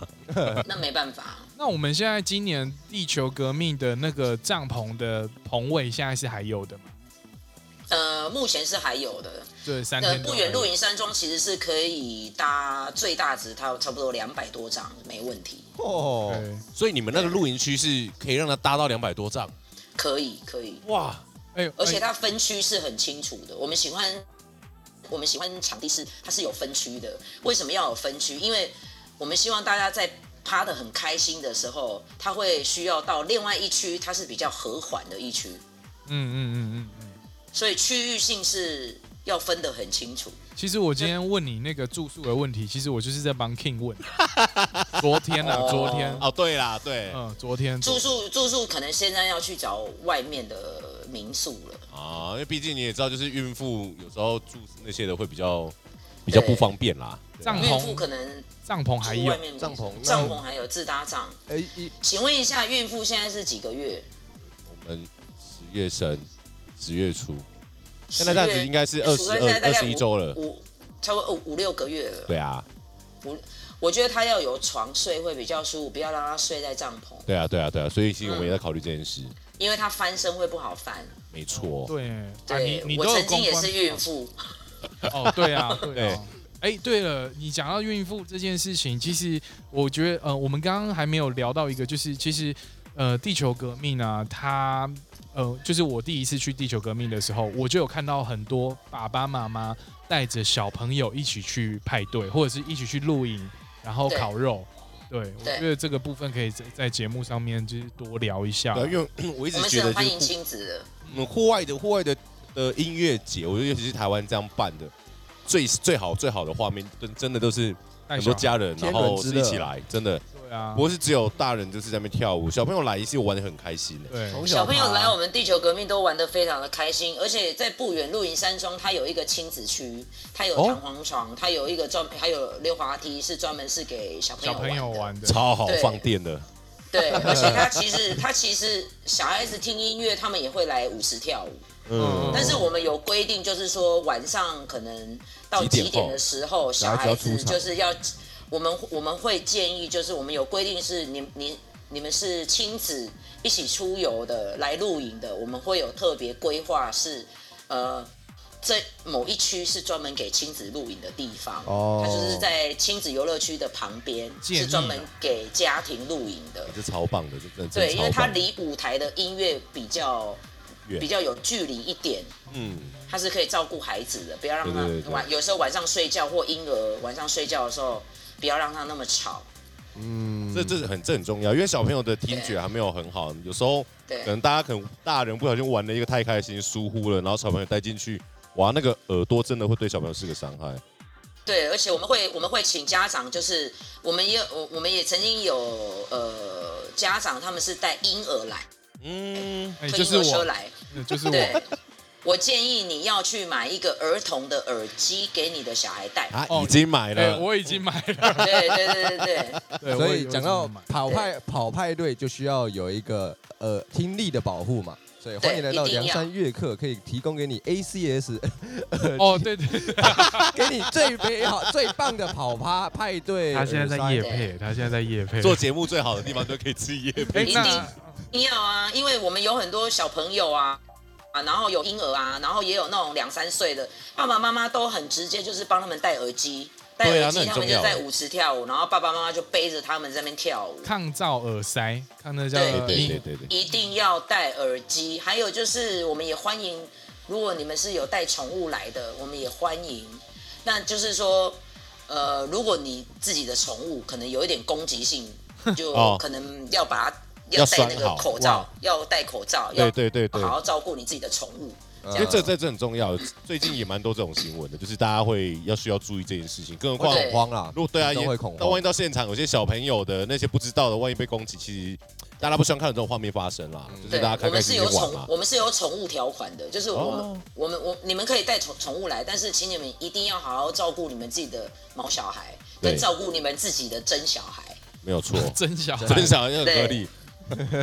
Speaker 3: 那没办法。啊
Speaker 5: 那我们现在今年地球革命的那个帐篷的棚位现在是还有的吗？
Speaker 3: 呃，目前是还有的，
Speaker 5: 对，三
Speaker 3: 呃，
Speaker 5: 天都
Speaker 3: 不
Speaker 5: 还有
Speaker 3: 远露营山庄其实是可以搭最大值，它有差不多两百多张，没问题，
Speaker 2: 哦，
Speaker 5: 对，
Speaker 4: 所以你们那个露营区是可以让它搭到两百多丈，
Speaker 3: 可以可以，
Speaker 4: 哇！
Speaker 5: 哎，
Speaker 3: 而且
Speaker 5: 他
Speaker 3: 它分区是很清楚的。我们喜欢我们喜欢场地是它是有分区的，为什么要有分区？因为我们希望大家在趴得很开心的时候，他会需要到另外一区，它是比较和缓的一区，
Speaker 5: 嗯嗯嗯嗯嗯。
Speaker 3: 所以区域性是要分得很清楚。
Speaker 5: 其实我今天问你那个住宿的问题，其实我就是在帮 King 问。昨天啊，
Speaker 3: 哦
Speaker 5: 昨天，
Speaker 4: 哦，对啦，对
Speaker 5: 嗯，昨天
Speaker 3: 住宿住宿可能现在要去找外面的民宿了。
Speaker 4: 啊，因为毕竟你也知道，就是孕妇有时候住那些的会比较比较不方便啦。对
Speaker 5: 帐
Speaker 3: 孕妇
Speaker 5: 篷
Speaker 3: 可能
Speaker 5: 帐篷还
Speaker 3: 住
Speaker 5: 有
Speaker 3: 外，面
Speaker 2: 帐篷
Speaker 3: 帐篷还有自搭帐。
Speaker 2: 哎一
Speaker 3: 请问一下，孕妇现在是几个月？
Speaker 4: 我们十月生，十月初，
Speaker 3: 现
Speaker 4: 那这样子应该是二十二二十一周了。
Speaker 3: 五差不多哦五五六个月了。
Speaker 4: 对啊，
Speaker 3: 五，我觉得她要有床睡会比较舒服，不要让她睡在帐篷，
Speaker 4: 对啊，对啊，对啊，所以
Speaker 3: 嗯
Speaker 4: 其实我们也在考虑这件事。
Speaker 3: 因为她翻身会不好翻。
Speaker 4: 没错，
Speaker 5: 对，啊
Speaker 3: 对，
Speaker 5: 你你
Speaker 3: 我
Speaker 5: 都有
Speaker 3: 曾经
Speaker 5: 公
Speaker 3: 也
Speaker 5: 关
Speaker 3: 是孕妇，
Speaker 5: 哦，对啊，对啊。哎，对了，你讲到孕妇这件事情，其实我觉得，呃，我们刚刚还没有聊到一个，就是其实，呃，地球革命啊，它，呃，就是我第一次去地球革命的时候，我就有看到很多爸爸妈妈带着小朋友一起去派对，或者是一起去露营，然后
Speaker 3: 对
Speaker 5: 烤肉。对，我
Speaker 3: 对
Speaker 5: 觉得这个部分可以在在节目上面就是多聊一下。
Speaker 4: 啊对，因为我一
Speaker 3: 我
Speaker 4: 直
Speaker 3: 们是
Speaker 4: 觉
Speaker 3: 很
Speaker 4: 得就
Speaker 3: 欢迎
Speaker 4: 是
Speaker 3: 亲子的，
Speaker 4: 户户外的户外的的音乐节，我觉得尤其是台湾这样办的，最最好最好的画面，真真的都是
Speaker 5: 带
Speaker 4: 很
Speaker 5: 小
Speaker 4: 多
Speaker 5: 孩
Speaker 4: 家人，然
Speaker 2: 天伦
Speaker 4: 后
Speaker 2: 之
Speaker 4: 是
Speaker 2: 乐
Speaker 4: 一起来，真的。
Speaker 5: 对啊
Speaker 4: 不，过是只有大人就是在那边跳舞，小朋友来也是玩的很开心的。
Speaker 5: 对，
Speaker 2: 从
Speaker 3: 小朋友
Speaker 2: 爬
Speaker 3: 来我们地球革命都玩得非常的开心，而且在不远露营山庄，它有一个亲子区，它有
Speaker 4: 哦
Speaker 3: 弹簧床，它有一个专，还有溜滑梯，是专门是给小朋
Speaker 5: 小
Speaker 3: 友玩
Speaker 5: 朋
Speaker 3: 的。
Speaker 5: 友玩的，
Speaker 4: 超好
Speaker 3: 对
Speaker 4: 放电的，
Speaker 3: 对，而且它其实它其实小孩子听音乐，他们也会来舞池跳舞。
Speaker 5: 嗯
Speaker 4: 嗯，
Speaker 3: 但是我们有规定，就是说晚上可能到
Speaker 4: 几
Speaker 3: 几
Speaker 4: 点
Speaker 3: 点
Speaker 4: 后
Speaker 3: 的时候，小
Speaker 2: 然后就
Speaker 3: 孩
Speaker 2: 要
Speaker 3: 子
Speaker 2: 出场
Speaker 3: 就是要，我们我们会建议，就是我们有规定是你你你们是亲子一起出游的，来露营的，我们会有特别规划是，呃。这某一区是专门给亲子露营的地方，
Speaker 2: 哦
Speaker 3: 它就是在亲子游乐区的旁边，
Speaker 5: 建议
Speaker 3: 是专门
Speaker 5: 啊
Speaker 3: 给家庭露营的。
Speaker 4: 这超棒的，这真的真的
Speaker 3: 对，因为
Speaker 4: 超
Speaker 3: 它
Speaker 4: 棒的
Speaker 3: 离舞台的音乐比较
Speaker 4: 远
Speaker 3: 比较有距离一点，
Speaker 4: 嗯，
Speaker 3: 它是可以照顾孩子的，不要让他
Speaker 4: 对对对对
Speaker 3: 晚有时候晚上睡觉或婴儿晚上睡觉的时候，不要让他那么吵。
Speaker 2: 嗯，
Speaker 4: 这这是很这很重要，因为小朋友的听觉还没有很好，有时候
Speaker 3: 对
Speaker 4: 可
Speaker 5: 嗯
Speaker 4: 能大家可能大人不小心玩了一个太开心，疏忽了，然后小朋友带进去，哇，那个耳朵真的会对小朋友是个伤害。
Speaker 3: 对，而且我们会我们会请家长，就是我们也有我我们也曾经有呃家长他们是带婴儿来，
Speaker 4: 嗯，
Speaker 5: 哎，
Speaker 3: 推
Speaker 5: 就是
Speaker 3: 婴儿车
Speaker 5: 我，
Speaker 3: 来，
Speaker 5: 就是我，
Speaker 3: 对。我建议你要去买一个儿童的耳机给你的小孩 戴。
Speaker 4: 啊，
Speaker 5: 哦
Speaker 4: 已经买
Speaker 5: 对，
Speaker 4: 了，
Speaker 5: 我已经买了。
Speaker 3: 对对对对对，
Speaker 5: 对
Speaker 2: 所
Speaker 5: 我
Speaker 2: 以
Speaker 5: 已
Speaker 2: 讲到
Speaker 5: 我已经买
Speaker 2: 跑派跑派对，就需要有一个呃听力的保护嘛。所以欢迎来到
Speaker 3: 对一定要
Speaker 2: 梁山乐课，可以提供给你 ACS，
Speaker 5: 哦，对对，对
Speaker 2: 给你最美好、最棒的跑趴派对
Speaker 5: 他
Speaker 2: 耳
Speaker 5: 现
Speaker 2: 塞。
Speaker 5: 在在夜配，他现在在夜配。
Speaker 4: 做节目最好的地方都可以吃夜 配。
Speaker 5: 哎，
Speaker 3: 一定
Speaker 5: 那
Speaker 3: 一定要啊，因为我们有很多小朋友啊，啊，然后有婴儿啊，然后也有那种两三岁的，爸爸妈妈都很直接，就是帮他们戴耳机，戴
Speaker 4: 对啊
Speaker 3: 耳机、
Speaker 4: 那很
Speaker 3: 他们
Speaker 4: 重要
Speaker 3: 就在舞池跳舞，然后爸爸妈妈就背着他们在那边跳舞。
Speaker 5: 抗噪耳塞，看那叫
Speaker 3: 对
Speaker 4: 对对对
Speaker 5: 你
Speaker 4: 对对，
Speaker 3: 一定要戴耳机，还有就是我们也欢迎，如果你们是有带宠物来的，我们也欢迎。那就是说，呃，如果你自己的宠物可能有一点攻击 性，就
Speaker 4: 哦
Speaker 3: 可能要把它
Speaker 4: 要
Speaker 3: 戴那
Speaker 4: 拴
Speaker 3: 个
Speaker 4: 好
Speaker 3: 口罩
Speaker 4: 哇，
Speaker 3: 要戴口罩，
Speaker 4: 对
Speaker 3: 要
Speaker 4: 对对对
Speaker 3: 好好照顾你自己的宠物。
Speaker 2: 嗯
Speaker 4: 因为这这这很重要，最近也蛮多这种新闻的，就是大家会要需要注意这件事情，更何况
Speaker 2: 会恐慌啦，
Speaker 4: 如果对啊，
Speaker 2: 都
Speaker 4: 也
Speaker 2: 会恐
Speaker 4: 那万
Speaker 2: 慌。
Speaker 4: 一到现场有些小朋友的那些不知道的，万一被攻击，其实大家不希望看到这种画面发生啦，就是
Speaker 3: 对
Speaker 4: 大家，开
Speaker 3: 我
Speaker 4: 开
Speaker 3: 们是
Speaker 4: 心
Speaker 3: 有
Speaker 4: 心玩
Speaker 3: 宠
Speaker 4: 嘛，。
Speaker 3: 我们是有宠物条款的，就是我们、
Speaker 4: 哦
Speaker 3: 我们我你们可以带宠宠物来，但是请你们一定要好好照顾你们自己的毛小孩，
Speaker 4: 对
Speaker 3: 跟照顾你们自己的真小孩。
Speaker 4: 没有 错，
Speaker 5: 真小孩。
Speaker 4: 真想要很合理，
Speaker 5: 对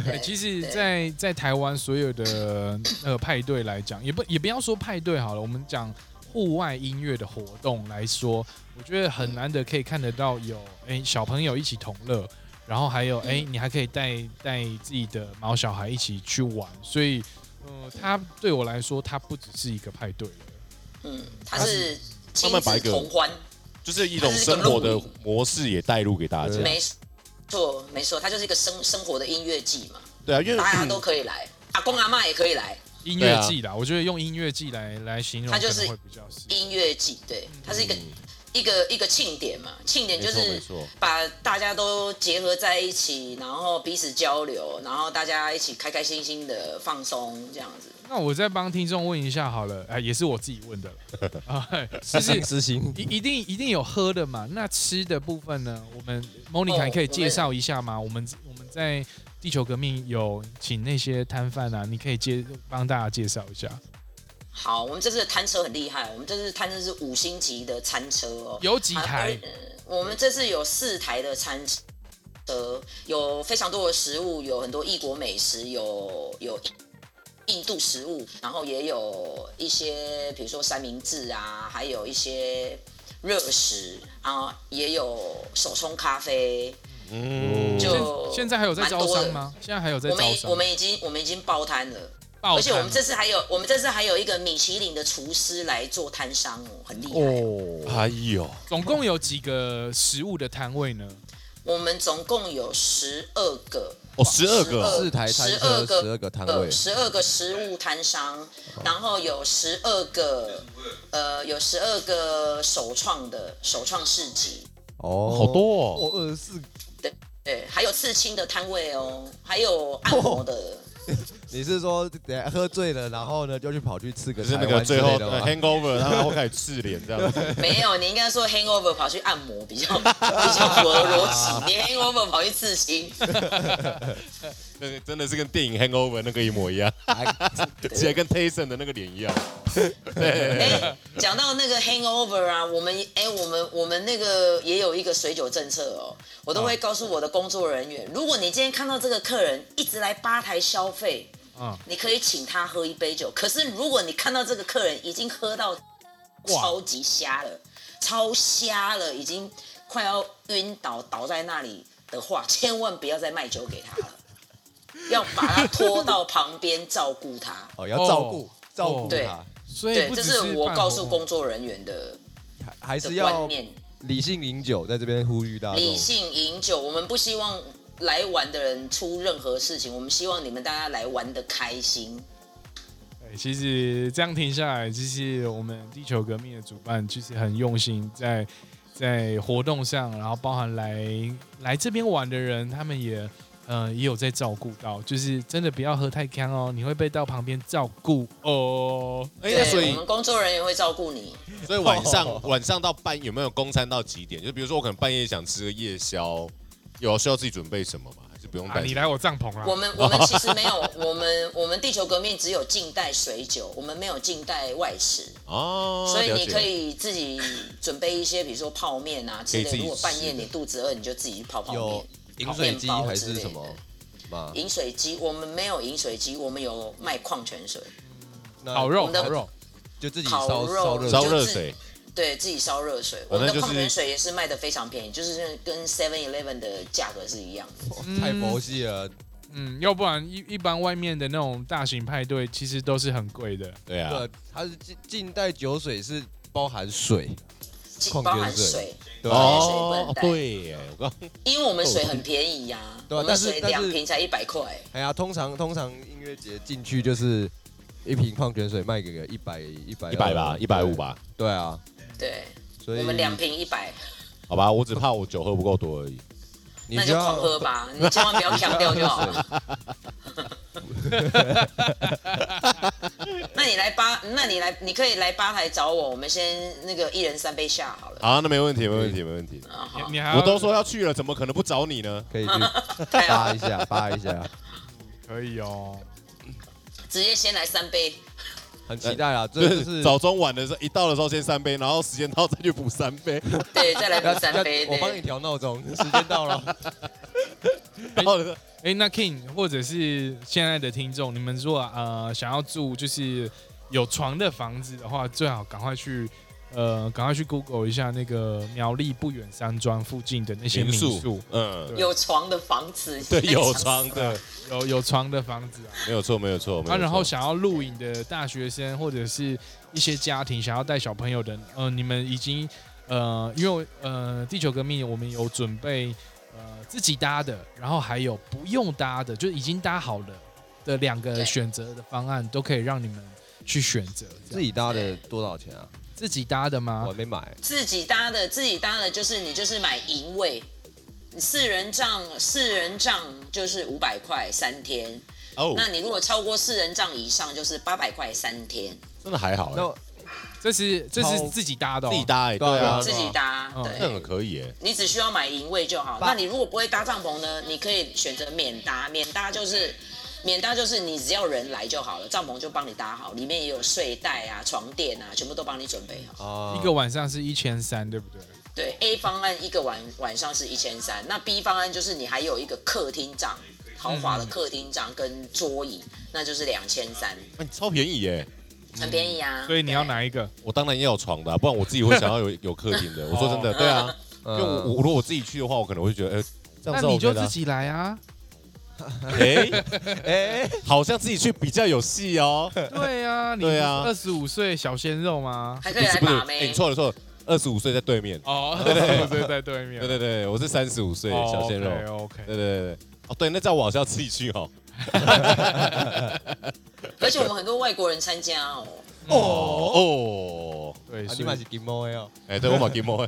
Speaker 5: 哎其实在，在台湾所有的呃派对来讲，也不也不要说派对好了，我们讲户外音乐的活动来说，我觉得很难得可以看得到有哎、小朋友一起同乐，然后还有哎、
Speaker 3: 嗯
Speaker 5: 你还可以带带自己的毛小孩一起去玩，所以呃，它对我来说，它不只是一个派对了。
Speaker 3: 嗯，它是亲
Speaker 4: 慢慢把
Speaker 3: 子
Speaker 4: 一个
Speaker 3: 同欢，
Speaker 4: 就是一种生活的模式也带入给大家。
Speaker 3: 没错没错，它就是一个生生活的音乐季嘛，
Speaker 4: 对啊，因为
Speaker 3: 大家
Speaker 4: 嗯
Speaker 3: 都可以来，阿公阿妈也可以来，
Speaker 5: 音乐季啦，我觉得用音乐季来来形容
Speaker 3: 啊它
Speaker 5: 可
Speaker 3: 就是
Speaker 5: 能会比较适合。
Speaker 3: 音乐季，对，它是一个、一个一个庆典嘛，庆典就
Speaker 4: 嗯没
Speaker 3: 是
Speaker 4: 错没错
Speaker 3: 把大家都结合在一起，然后彼此交流，然后大家一起开开心心的放松这样子。
Speaker 5: 那我再帮听众问一下好了，哎，也是我自己问的了， 啊，就
Speaker 2: 私
Speaker 5: 是
Speaker 2: 心私心，
Speaker 5: 一一定一定有喝的嘛？那吃的部分呢？我们 Monica
Speaker 3: 哦
Speaker 5: 你可以介绍一下吗？我们我们在地球革命有请那些摊贩啊，你可以介帮大家介绍一下。
Speaker 3: 好，我们这次的摊车很厉害，我们这次的摊车是五星级的餐车哦，
Speaker 5: 有几台
Speaker 3: 啊？而我们这次有四台的餐车，有非常多的食物，有很多异国美食，有有印度食物，然后也有一些比如说三明治啊，还有一些热食啊，也有手冲咖啡。
Speaker 4: 嗯，
Speaker 3: 就呃
Speaker 5: 现现在还有在招商吗？现在还有在
Speaker 3: 我们
Speaker 5: 招
Speaker 3: 已
Speaker 5: 商
Speaker 3: 我？们已经我们已经爆摊了，
Speaker 5: 爆
Speaker 3: 而且我们
Speaker 5: 摊
Speaker 3: 这次还有，我们这次还有一个米其林的厨师来做摊商哦，很厉害。
Speaker 5: 哦，
Speaker 4: 哎呦，
Speaker 5: 总共有几个食物的摊位呢？
Speaker 3: 我们总共有十二个，
Speaker 4: 哦，十二个
Speaker 2: 是四台摊车
Speaker 3: 12
Speaker 2: 12个摊位哦
Speaker 3: 呃，十二个食物摊商，然后有十二个，呃，有十二个首创的首创市集，
Speaker 2: 哦，
Speaker 4: 好多哦
Speaker 2: 我二十四，
Speaker 3: 对，还有刺青的摊位哦，还有按摩的，
Speaker 2: 哦你是说等下喝醉了，然后呢就去跑去吃个
Speaker 4: 就是那
Speaker 2: 台
Speaker 4: 个
Speaker 2: 湾之
Speaker 4: 最后
Speaker 2: 类的
Speaker 4: 呃
Speaker 2: 吗
Speaker 4: hangover，他们会开始赤脸这样 子。
Speaker 3: 没有，你应该说 hangover 跑去按摩比较比较符合逻辑，你 hangover 跑去刺青，
Speaker 4: 那个真的是跟电影 hangover 那个一模一样，
Speaker 2: 哎
Speaker 4: 起来跟 Tyson 的那个脸一样。
Speaker 3: 哎，讲到那个 hangover 啊，我们哎、我们我们那个也有一个水酒政策哦，我都会
Speaker 5: 啊
Speaker 3: 告诉我的工作人员，如果你今天看到这个客人一直来吧台消费，
Speaker 5: 嗯，
Speaker 3: 你可以请他喝一杯酒。可是如果你看到这个客人已经喝到超级瞎了，超瞎了，已经快要晕倒倒在那里的话，千万不要再卖酒给他了，要把他拖到旁边照顾他。
Speaker 2: 哦，要照顾、
Speaker 5: 哦
Speaker 2: 照顾
Speaker 3: 对
Speaker 2: 他，
Speaker 5: 所以
Speaker 3: 对，
Speaker 5: 不
Speaker 3: 这
Speaker 5: 只
Speaker 3: 是我
Speaker 5: 办
Speaker 3: 告
Speaker 5: 活
Speaker 3: 诉
Speaker 5: 动
Speaker 3: 工作人员的
Speaker 2: 还还
Speaker 3: 的
Speaker 2: 是
Speaker 3: 观
Speaker 2: 要
Speaker 3: 念。
Speaker 2: 理性饮酒，在这边呼吁
Speaker 4: 啊
Speaker 2: 大
Speaker 3: 理
Speaker 2: 众。
Speaker 3: 性饮酒，我们不希望来玩的人出任何事情，我们希望你们大家来玩的开心。
Speaker 5: 对，其实这样听下来，就是我们地球革命的主办其实很用心在在活动上，然后包含来来这边玩的人，他们也呃也有在照顾到，就是真的不要喝太干哦，你会被到旁边照顾哦。
Speaker 4: 哎，那所
Speaker 3: 我
Speaker 4: 以
Speaker 3: 们工作人员会照顾你。
Speaker 4: 所以晚上 晚上到半有没有公餐到几点？就比如说我可能半夜想吃个夜宵，有需要自己准备什么吗？还是不用
Speaker 5: 啊，
Speaker 4: 带？
Speaker 5: 你来我帐篷啦
Speaker 3: 我。们我们其实没有，我们我们地球革命只有近代水酒，我们没有近代外食，
Speaker 4: 哦，
Speaker 3: 所以
Speaker 4: 了
Speaker 3: 你
Speaker 4: 解
Speaker 3: 可以自己准备一些，比如说泡面啊之类
Speaker 4: 可以自
Speaker 3: 的。如
Speaker 4: 己
Speaker 3: 果半夜
Speaker 4: 吃的
Speaker 3: 你肚子饿，你就自己去泡泡
Speaker 2: 有
Speaker 3: 面。
Speaker 2: 饮水机还是什
Speaker 3: 面包
Speaker 2: 么
Speaker 3: 之类
Speaker 2: 吗？
Speaker 3: 饮水机我们没有饮水机，我们有卖矿泉水、
Speaker 2: 那
Speaker 5: 烤肉，
Speaker 3: 我们的
Speaker 5: 烤肉，
Speaker 2: 就自己
Speaker 3: 烤
Speaker 2: 烧
Speaker 3: 肉
Speaker 2: 烧热
Speaker 4: 烧
Speaker 2: 水，
Speaker 4: 热水，
Speaker 3: 对自己烧热水，我
Speaker 4: 反
Speaker 3: 们
Speaker 4: 正就
Speaker 3: 的矿
Speaker 4: 是
Speaker 3: 泉水也是卖的非常便宜，就是跟 Seven Eleven 的价格是一样的。
Speaker 2: 哇太佛系了。
Speaker 5: 嗯，要不然一一般外面的那种大型派对其实都是很贵的。
Speaker 4: 对啊
Speaker 2: 对，，它是近近代酒水是包含水，矿
Speaker 3: 包
Speaker 2: 泉
Speaker 3: 含
Speaker 2: 水
Speaker 3: 水，
Speaker 2: 对吧？
Speaker 4: 哦
Speaker 3: 矿泉水不能，带
Speaker 4: 对耶，我刚
Speaker 3: 因为我们水很便宜呀、
Speaker 2: 哦对啊
Speaker 3: 我们
Speaker 2: 但是
Speaker 3: 水
Speaker 2: 但是
Speaker 3: 两瓶才一百块。
Speaker 2: 哎呀，通常通常音乐节进去就是一瓶矿泉水卖给个一百一百
Speaker 4: 一百吧，一百五，吧，
Speaker 2: 对对啊，
Speaker 3: 对，
Speaker 2: 所以
Speaker 3: 我们两瓶一百，
Speaker 4: 好吧，我只怕我酒喝不够多而已。
Speaker 2: 你
Speaker 3: 那
Speaker 2: 不
Speaker 3: 就狂
Speaker 2: 要
Speaker 3: 喝吧，你千万不要强调就 好了。那你来吧，那你来，你可以来吧台找我，我们先那个一人三杯下好了。
Speaker 4: 好，那没问题，没问题，没问题。
Speaker 3: 啊
Speaker 5: 你
Speaker 3: 好，
Speaker 5: 你还要
Speaker 4: 我都说要去了，怎么可能不找你 呢？
Speaker 2: 可以去
Speaker 3: 还
Speaker 2: 扒
Speaker 3: 有
Speaker 2: 一下扒一下，
Speaker 5: 可以哦。
Speaker 3: 直接先来三杯，
Speaker 2: 很期待啊！
Speaker 4: 就
Speaker 2: 这就是
Speaker 4: 是早中晚的时候，一到的时候先三杯，然后时间到再去补三杯，
Speaker 3: 对，再来
Speaker 2: 要
Speaker 3: 补 三
Speaker 2: 要
Speaker 3: 杯。
Speaker 2: 我帮你
Speaker 3: 对
Speaker 2: 调闹钟，时间到了。
Speaker 4: 到了
Speaker 5: 哎，那 King 或者是现在的听众，你们如果呃想要住就是有床的房子的话，最好赶快去呃赶快去 Google 一下那个苗栗不远山庄附近的那些民宿，，
Speaker 4: 嗯，
Speaker 3: 有床的房子，
Speaker 4: 哎对，有床的，
Speaker 5: 有有床的房子啊。
Speaker 4: 没有错，没有错，没有
Speaker 5: 啊，
Speaker 4: 错
Speaker 5: 然后想要露营的大学生或者是一些家庭想要带小朋友的，呃，你们已经呃，因为呃，地球革命我们有准备呃自己搭的，然后还有不用搭的，就是已经搭好了的两个
Speaker 3: 对
Speaker 5: 选择的方案，都可以让你们去选择。
Speaker 2: 自
Speaker 5: 这样
Speaker 2: 己搭的多少钱啊？
Speaker 5: 自己搭的吗
Speaker 2: 我还？没买，
Speaker 3: 自己搭的，自己搭的就是你就是买银位，四人帐四人帐就是五百块三天，
Speaker 4: 哦，
Speaker 3: 那你如果超过四人帐以上就是八百块三天，
Speaker 4: 真的还好，
Speaker 2: 那
Speaker 5: 这是这是
Speaker 2: 超
Speaker 5: 自己搭的、哦，
Speaker 4: 自己搭哎，
Speaker 2: 对啊
Speaker 4: 对啊，
Speaker 3: 自己搭
Speaker 5: 嗯，
Speaker 4: 那
Speaker 3: 对。
Speaker 4: 很可以哎，
Speaker 3: 你只需要买营位就好。
Speaker 2: 八
Speaker 3: 那你如果不会搭帐篷呢？你可以选择免搭，免搭就是免搭就是你只要人来就好了，帐篷就帮你搭好，里面也有睡袋啊、床垫啊，全部都帮你准备好。
Speaker 2: 啊
Speaker 5: 一个晚上是一千三，对不对？
Speaker 3: 对，A 方案一个晚晚上是一千三，那 B 方案就是你还有一个客厅帐，豪华的客厅帐跟桌椅，那就是两千三，
Speaker 4: 哎，超便宜哎，
Speaker 3: 很便宜
Speaker 4: 嗯
Speaker 3: 啊。
Speaker 5: 所以你要
Speaker 3: 对
Speaker 5: 哪一个？
Speaker 4: 我当然要有床的啊，不然我自己会想要有有客厅的，我说真的，对嗯啊，因为我我如果我自己去的话，我可能会觉得，哎，这样
Speaker 5: 那
Speaker 4: 子 OK
Speaker 5: 你就
Speaker 4: 的啊
Speaker 5: 自己来啊。
Speaker 4: 哎、
Speaker 2: 哎、
Speaker 4: 好像自己去比较有戏哦。
Speaker 5: 对啊，你
Speaker 4: 对啊
Speaker 5: 二十五岁小鲜肉吗？
Speaker 3: 还可
Speaker 4: 不
Speaker 3: 以来
Speaker 4: 是不是
Speaker 3: 把，
Speaker 4: 哎
Speaker 3: 妹
Speaker 4: 你。错了错了，二十五岁在对面。
Speaker 5: 哦，对对对，在对啊面，哦
Speaker 4: 对对对，我是三十五岁小鲜肉。
Speaker 5: ，OK，
Speaker 4: 对对对对，哦对，那这样我好像要自己去哦。
Speaker 3: 而且我们很多外国人参加哦，
Speaker 4: 哦哦，
Speaker 5: 对，
Speaker 2: 啊
Speaker 5: 所以
Speaker 2: 你买是金毛的哦，
Speaker 4: 哎，对我买 game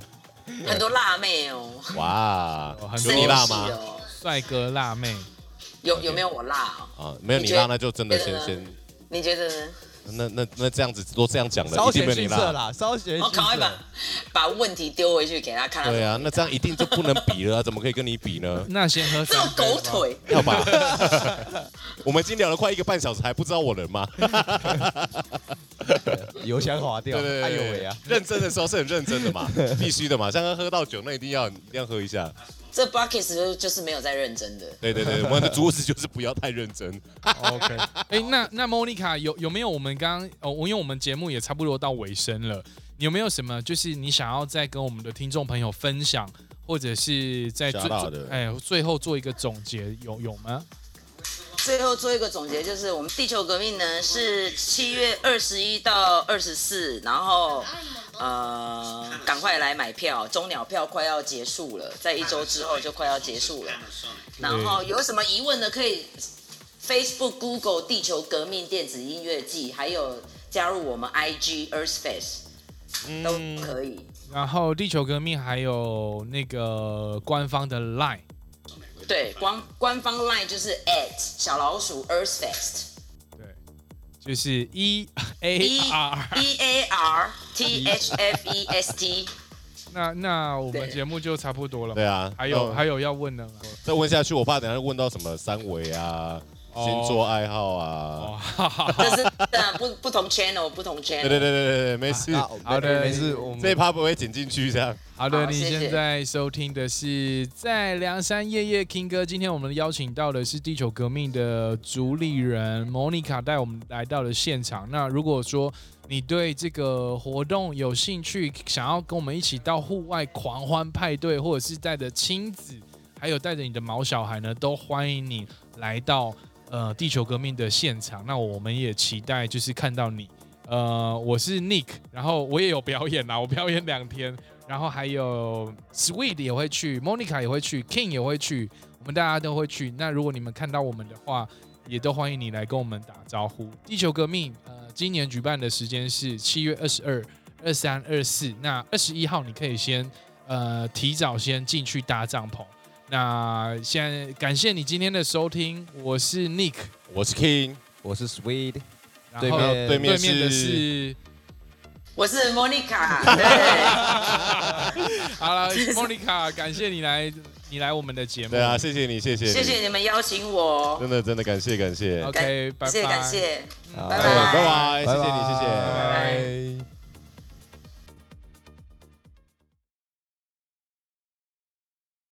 Speaker 3: 很多辣妹哦，
Speaker 4: 哇
Speaker 5: 哦，很
Speaker 4: 有
Speaker 5: 多
Speaker 4: 你
Speaker 3: 生理
Speaker 4: 辣
Speaker 3: 期
Speaker 4: 吗？
Speaker 3: 哦？
Speaker 5: 帅哥辣妹，
Speaker 3: 有有没有我辣哦？
Speaker 4: 啊，没有
Speaker 3: 你
Speaker 4: 你
Speaker 3: 觉得呃
Speaker 4: 辣，那就真的
Speaker 3: 觉
Speaker 4: 先
Speaker 3: 得
Speaker 4: 先，
Speaker 3: 你觉得呢？
Speaker 4: 那那那这样子都这样讲了，
Speaker 2: 稍
Speaker 4: 一定
Speaker 2: 显
Speaker 4: 没有你
Speaker 2: 逊色
Speaker 4: 辣。
Speaker 2: 啦，稍显
Speaker 3: 我
Speaker 2: 逊
Speaker 3: 赶快把
Speaker 2: 色。
Speaker 3: 把问题丢回去给他看他怎么
Speaker 4: 对
Speaker 3: 回答。
Speaker 4: 啊，那这样一定就不能比了啊，怎么可以跟你比呢？
Speaker 5: 那先喝
Speaker 3: 这种
Speaker 5: 三杯
Speaker 3: 狗
Speaker 4: 啊
Speaker 5: 吧，
Speaker 3: 腿，
Speaker 4: 要吧？我们已经聊了快一个半小时，还不知道我人吗？
Speaker 2: 油箱滑掉， 哎呦喂啊！！
Speaker 4: 认真的时候是很认真的嘛，必须的嘛。像刚喝到酒，那一定要一定要喝一下。
Speaker 3: 这 Buckets 就就是没有在认真的。
Speaker 4: 对对对，我们的主旨就是不要太认真。
Speaker 5: OK，哎、那那 Monica 有有没有我们刚刚哦，因为我们节目也差不多到尾声了，你有没有什么就是你想要再跟我们的听众朋友分享，或者是在最
Speaker 4: 想到的
Speaker 5: 哎、最后做一个总结，有有吗？
Speaker 3: 最后做一个总结，就是我们地球革命呢是七月二十一到二十四，然后呃，赶快来买票，中鸟票快要结束了，在一周之后就快要结束了。然后有什么疑问的可以 Facebook、Google 地球革命电子音乐季，还有加入我们 IG Earthspace 都可以。
Speaker 5: 然后地球革命还有那个官方的 Line，
Speaker 3: 对，官官方 Line 就是 at 小老鼠 Earthfest
Speaker 5: 对，就是 E A
Speaker 3: E
Speaker 5: R。
Speaker 3: E A R T H F E S T。
Speaker 5: 那那我们
Speaker 3: 对
Speaker 5: 节目就差不多了嘛。
Speaker 4: 对啊
Speaker 5: 还有
Speaker 4: 嗯
Speaker 5: 还有要问的吗？
Speaker 4: 再问下去，我怕等下问到什么三维啊、
Speaker 5: 哦
Speaker 4: 星座爱好啊。
Speaker 5: 哦，哈哈哈
Speaker 3: 这是啊，不不同 channel 不同 channel。
Speaker 4: 对对对对对对，没事，
Speaker 2: 啊
Speaker 5: 好的
Speaker 2: 没事，我们
Speaker 4: 这一趴不会剪进去这样。
Speaker 5: 好的，
Speaker 3: 好
Speaker 5: 你
Speaker 3: 谢谢
Speaker 5: 现在收听的是在梁山夜夜听歌。今天我们邀请到的是地球革命的主理人 Monica，带我们来到了现场。那如果说你对这个活动有兴趣，想要跟我们一起到户外狂欢派对，或者是带着亲子，还有带着你的毛小孩呢，都欢迎你来到呃地球革命的现场。那我们也期待就是看到你。呃，我是 Nick，然后我也有表演啦，我表演两天，然后还有 Sweet 也会去，Monica 也会去，King 也会去，我们大家都会去。那如果你们看到我们的话，也都欢迎你来跟我们打招呼。地球革命，呃，今年举办的时间是七月二十二、二三、二四。那二十一号你可以先呃提早先进去搭帐篷。那现在感谢你今天的收听，我是 Nick，
Speaker 4: 我是 King，
Speaker 2: 我是 Sweet，
Speaker 5: 然
Speaker 2: 对
Speaker 5: 后
Speaker 2: 面
Speaker 4: 对
Speaker 5: 对
Speaker 4: 面
Speaker 5: 面的
Speaker 4: 是
Speaker 5: 是。
Speaker 3: 我是 Monica，对，
Speaker 5: 好了，Monica，感谢你来，你来我们的节目。
Speaker 4: 对啊，谢谢你，谢谢你，
Speaker 3: 谢谢你们邀请我，
Speaker 4: 真的真的感谢感谢，
Speaker 5: ，OK，拜拜，
Speaker 3: 谢谢感谢，
Speaker 2: 好
Speaker 3: 拜
Speaker 4: 各位
Speaker 3: 拜
Speaker 4: 拜拜，谢谢你，谢谢。
Speaker 2: 拜拜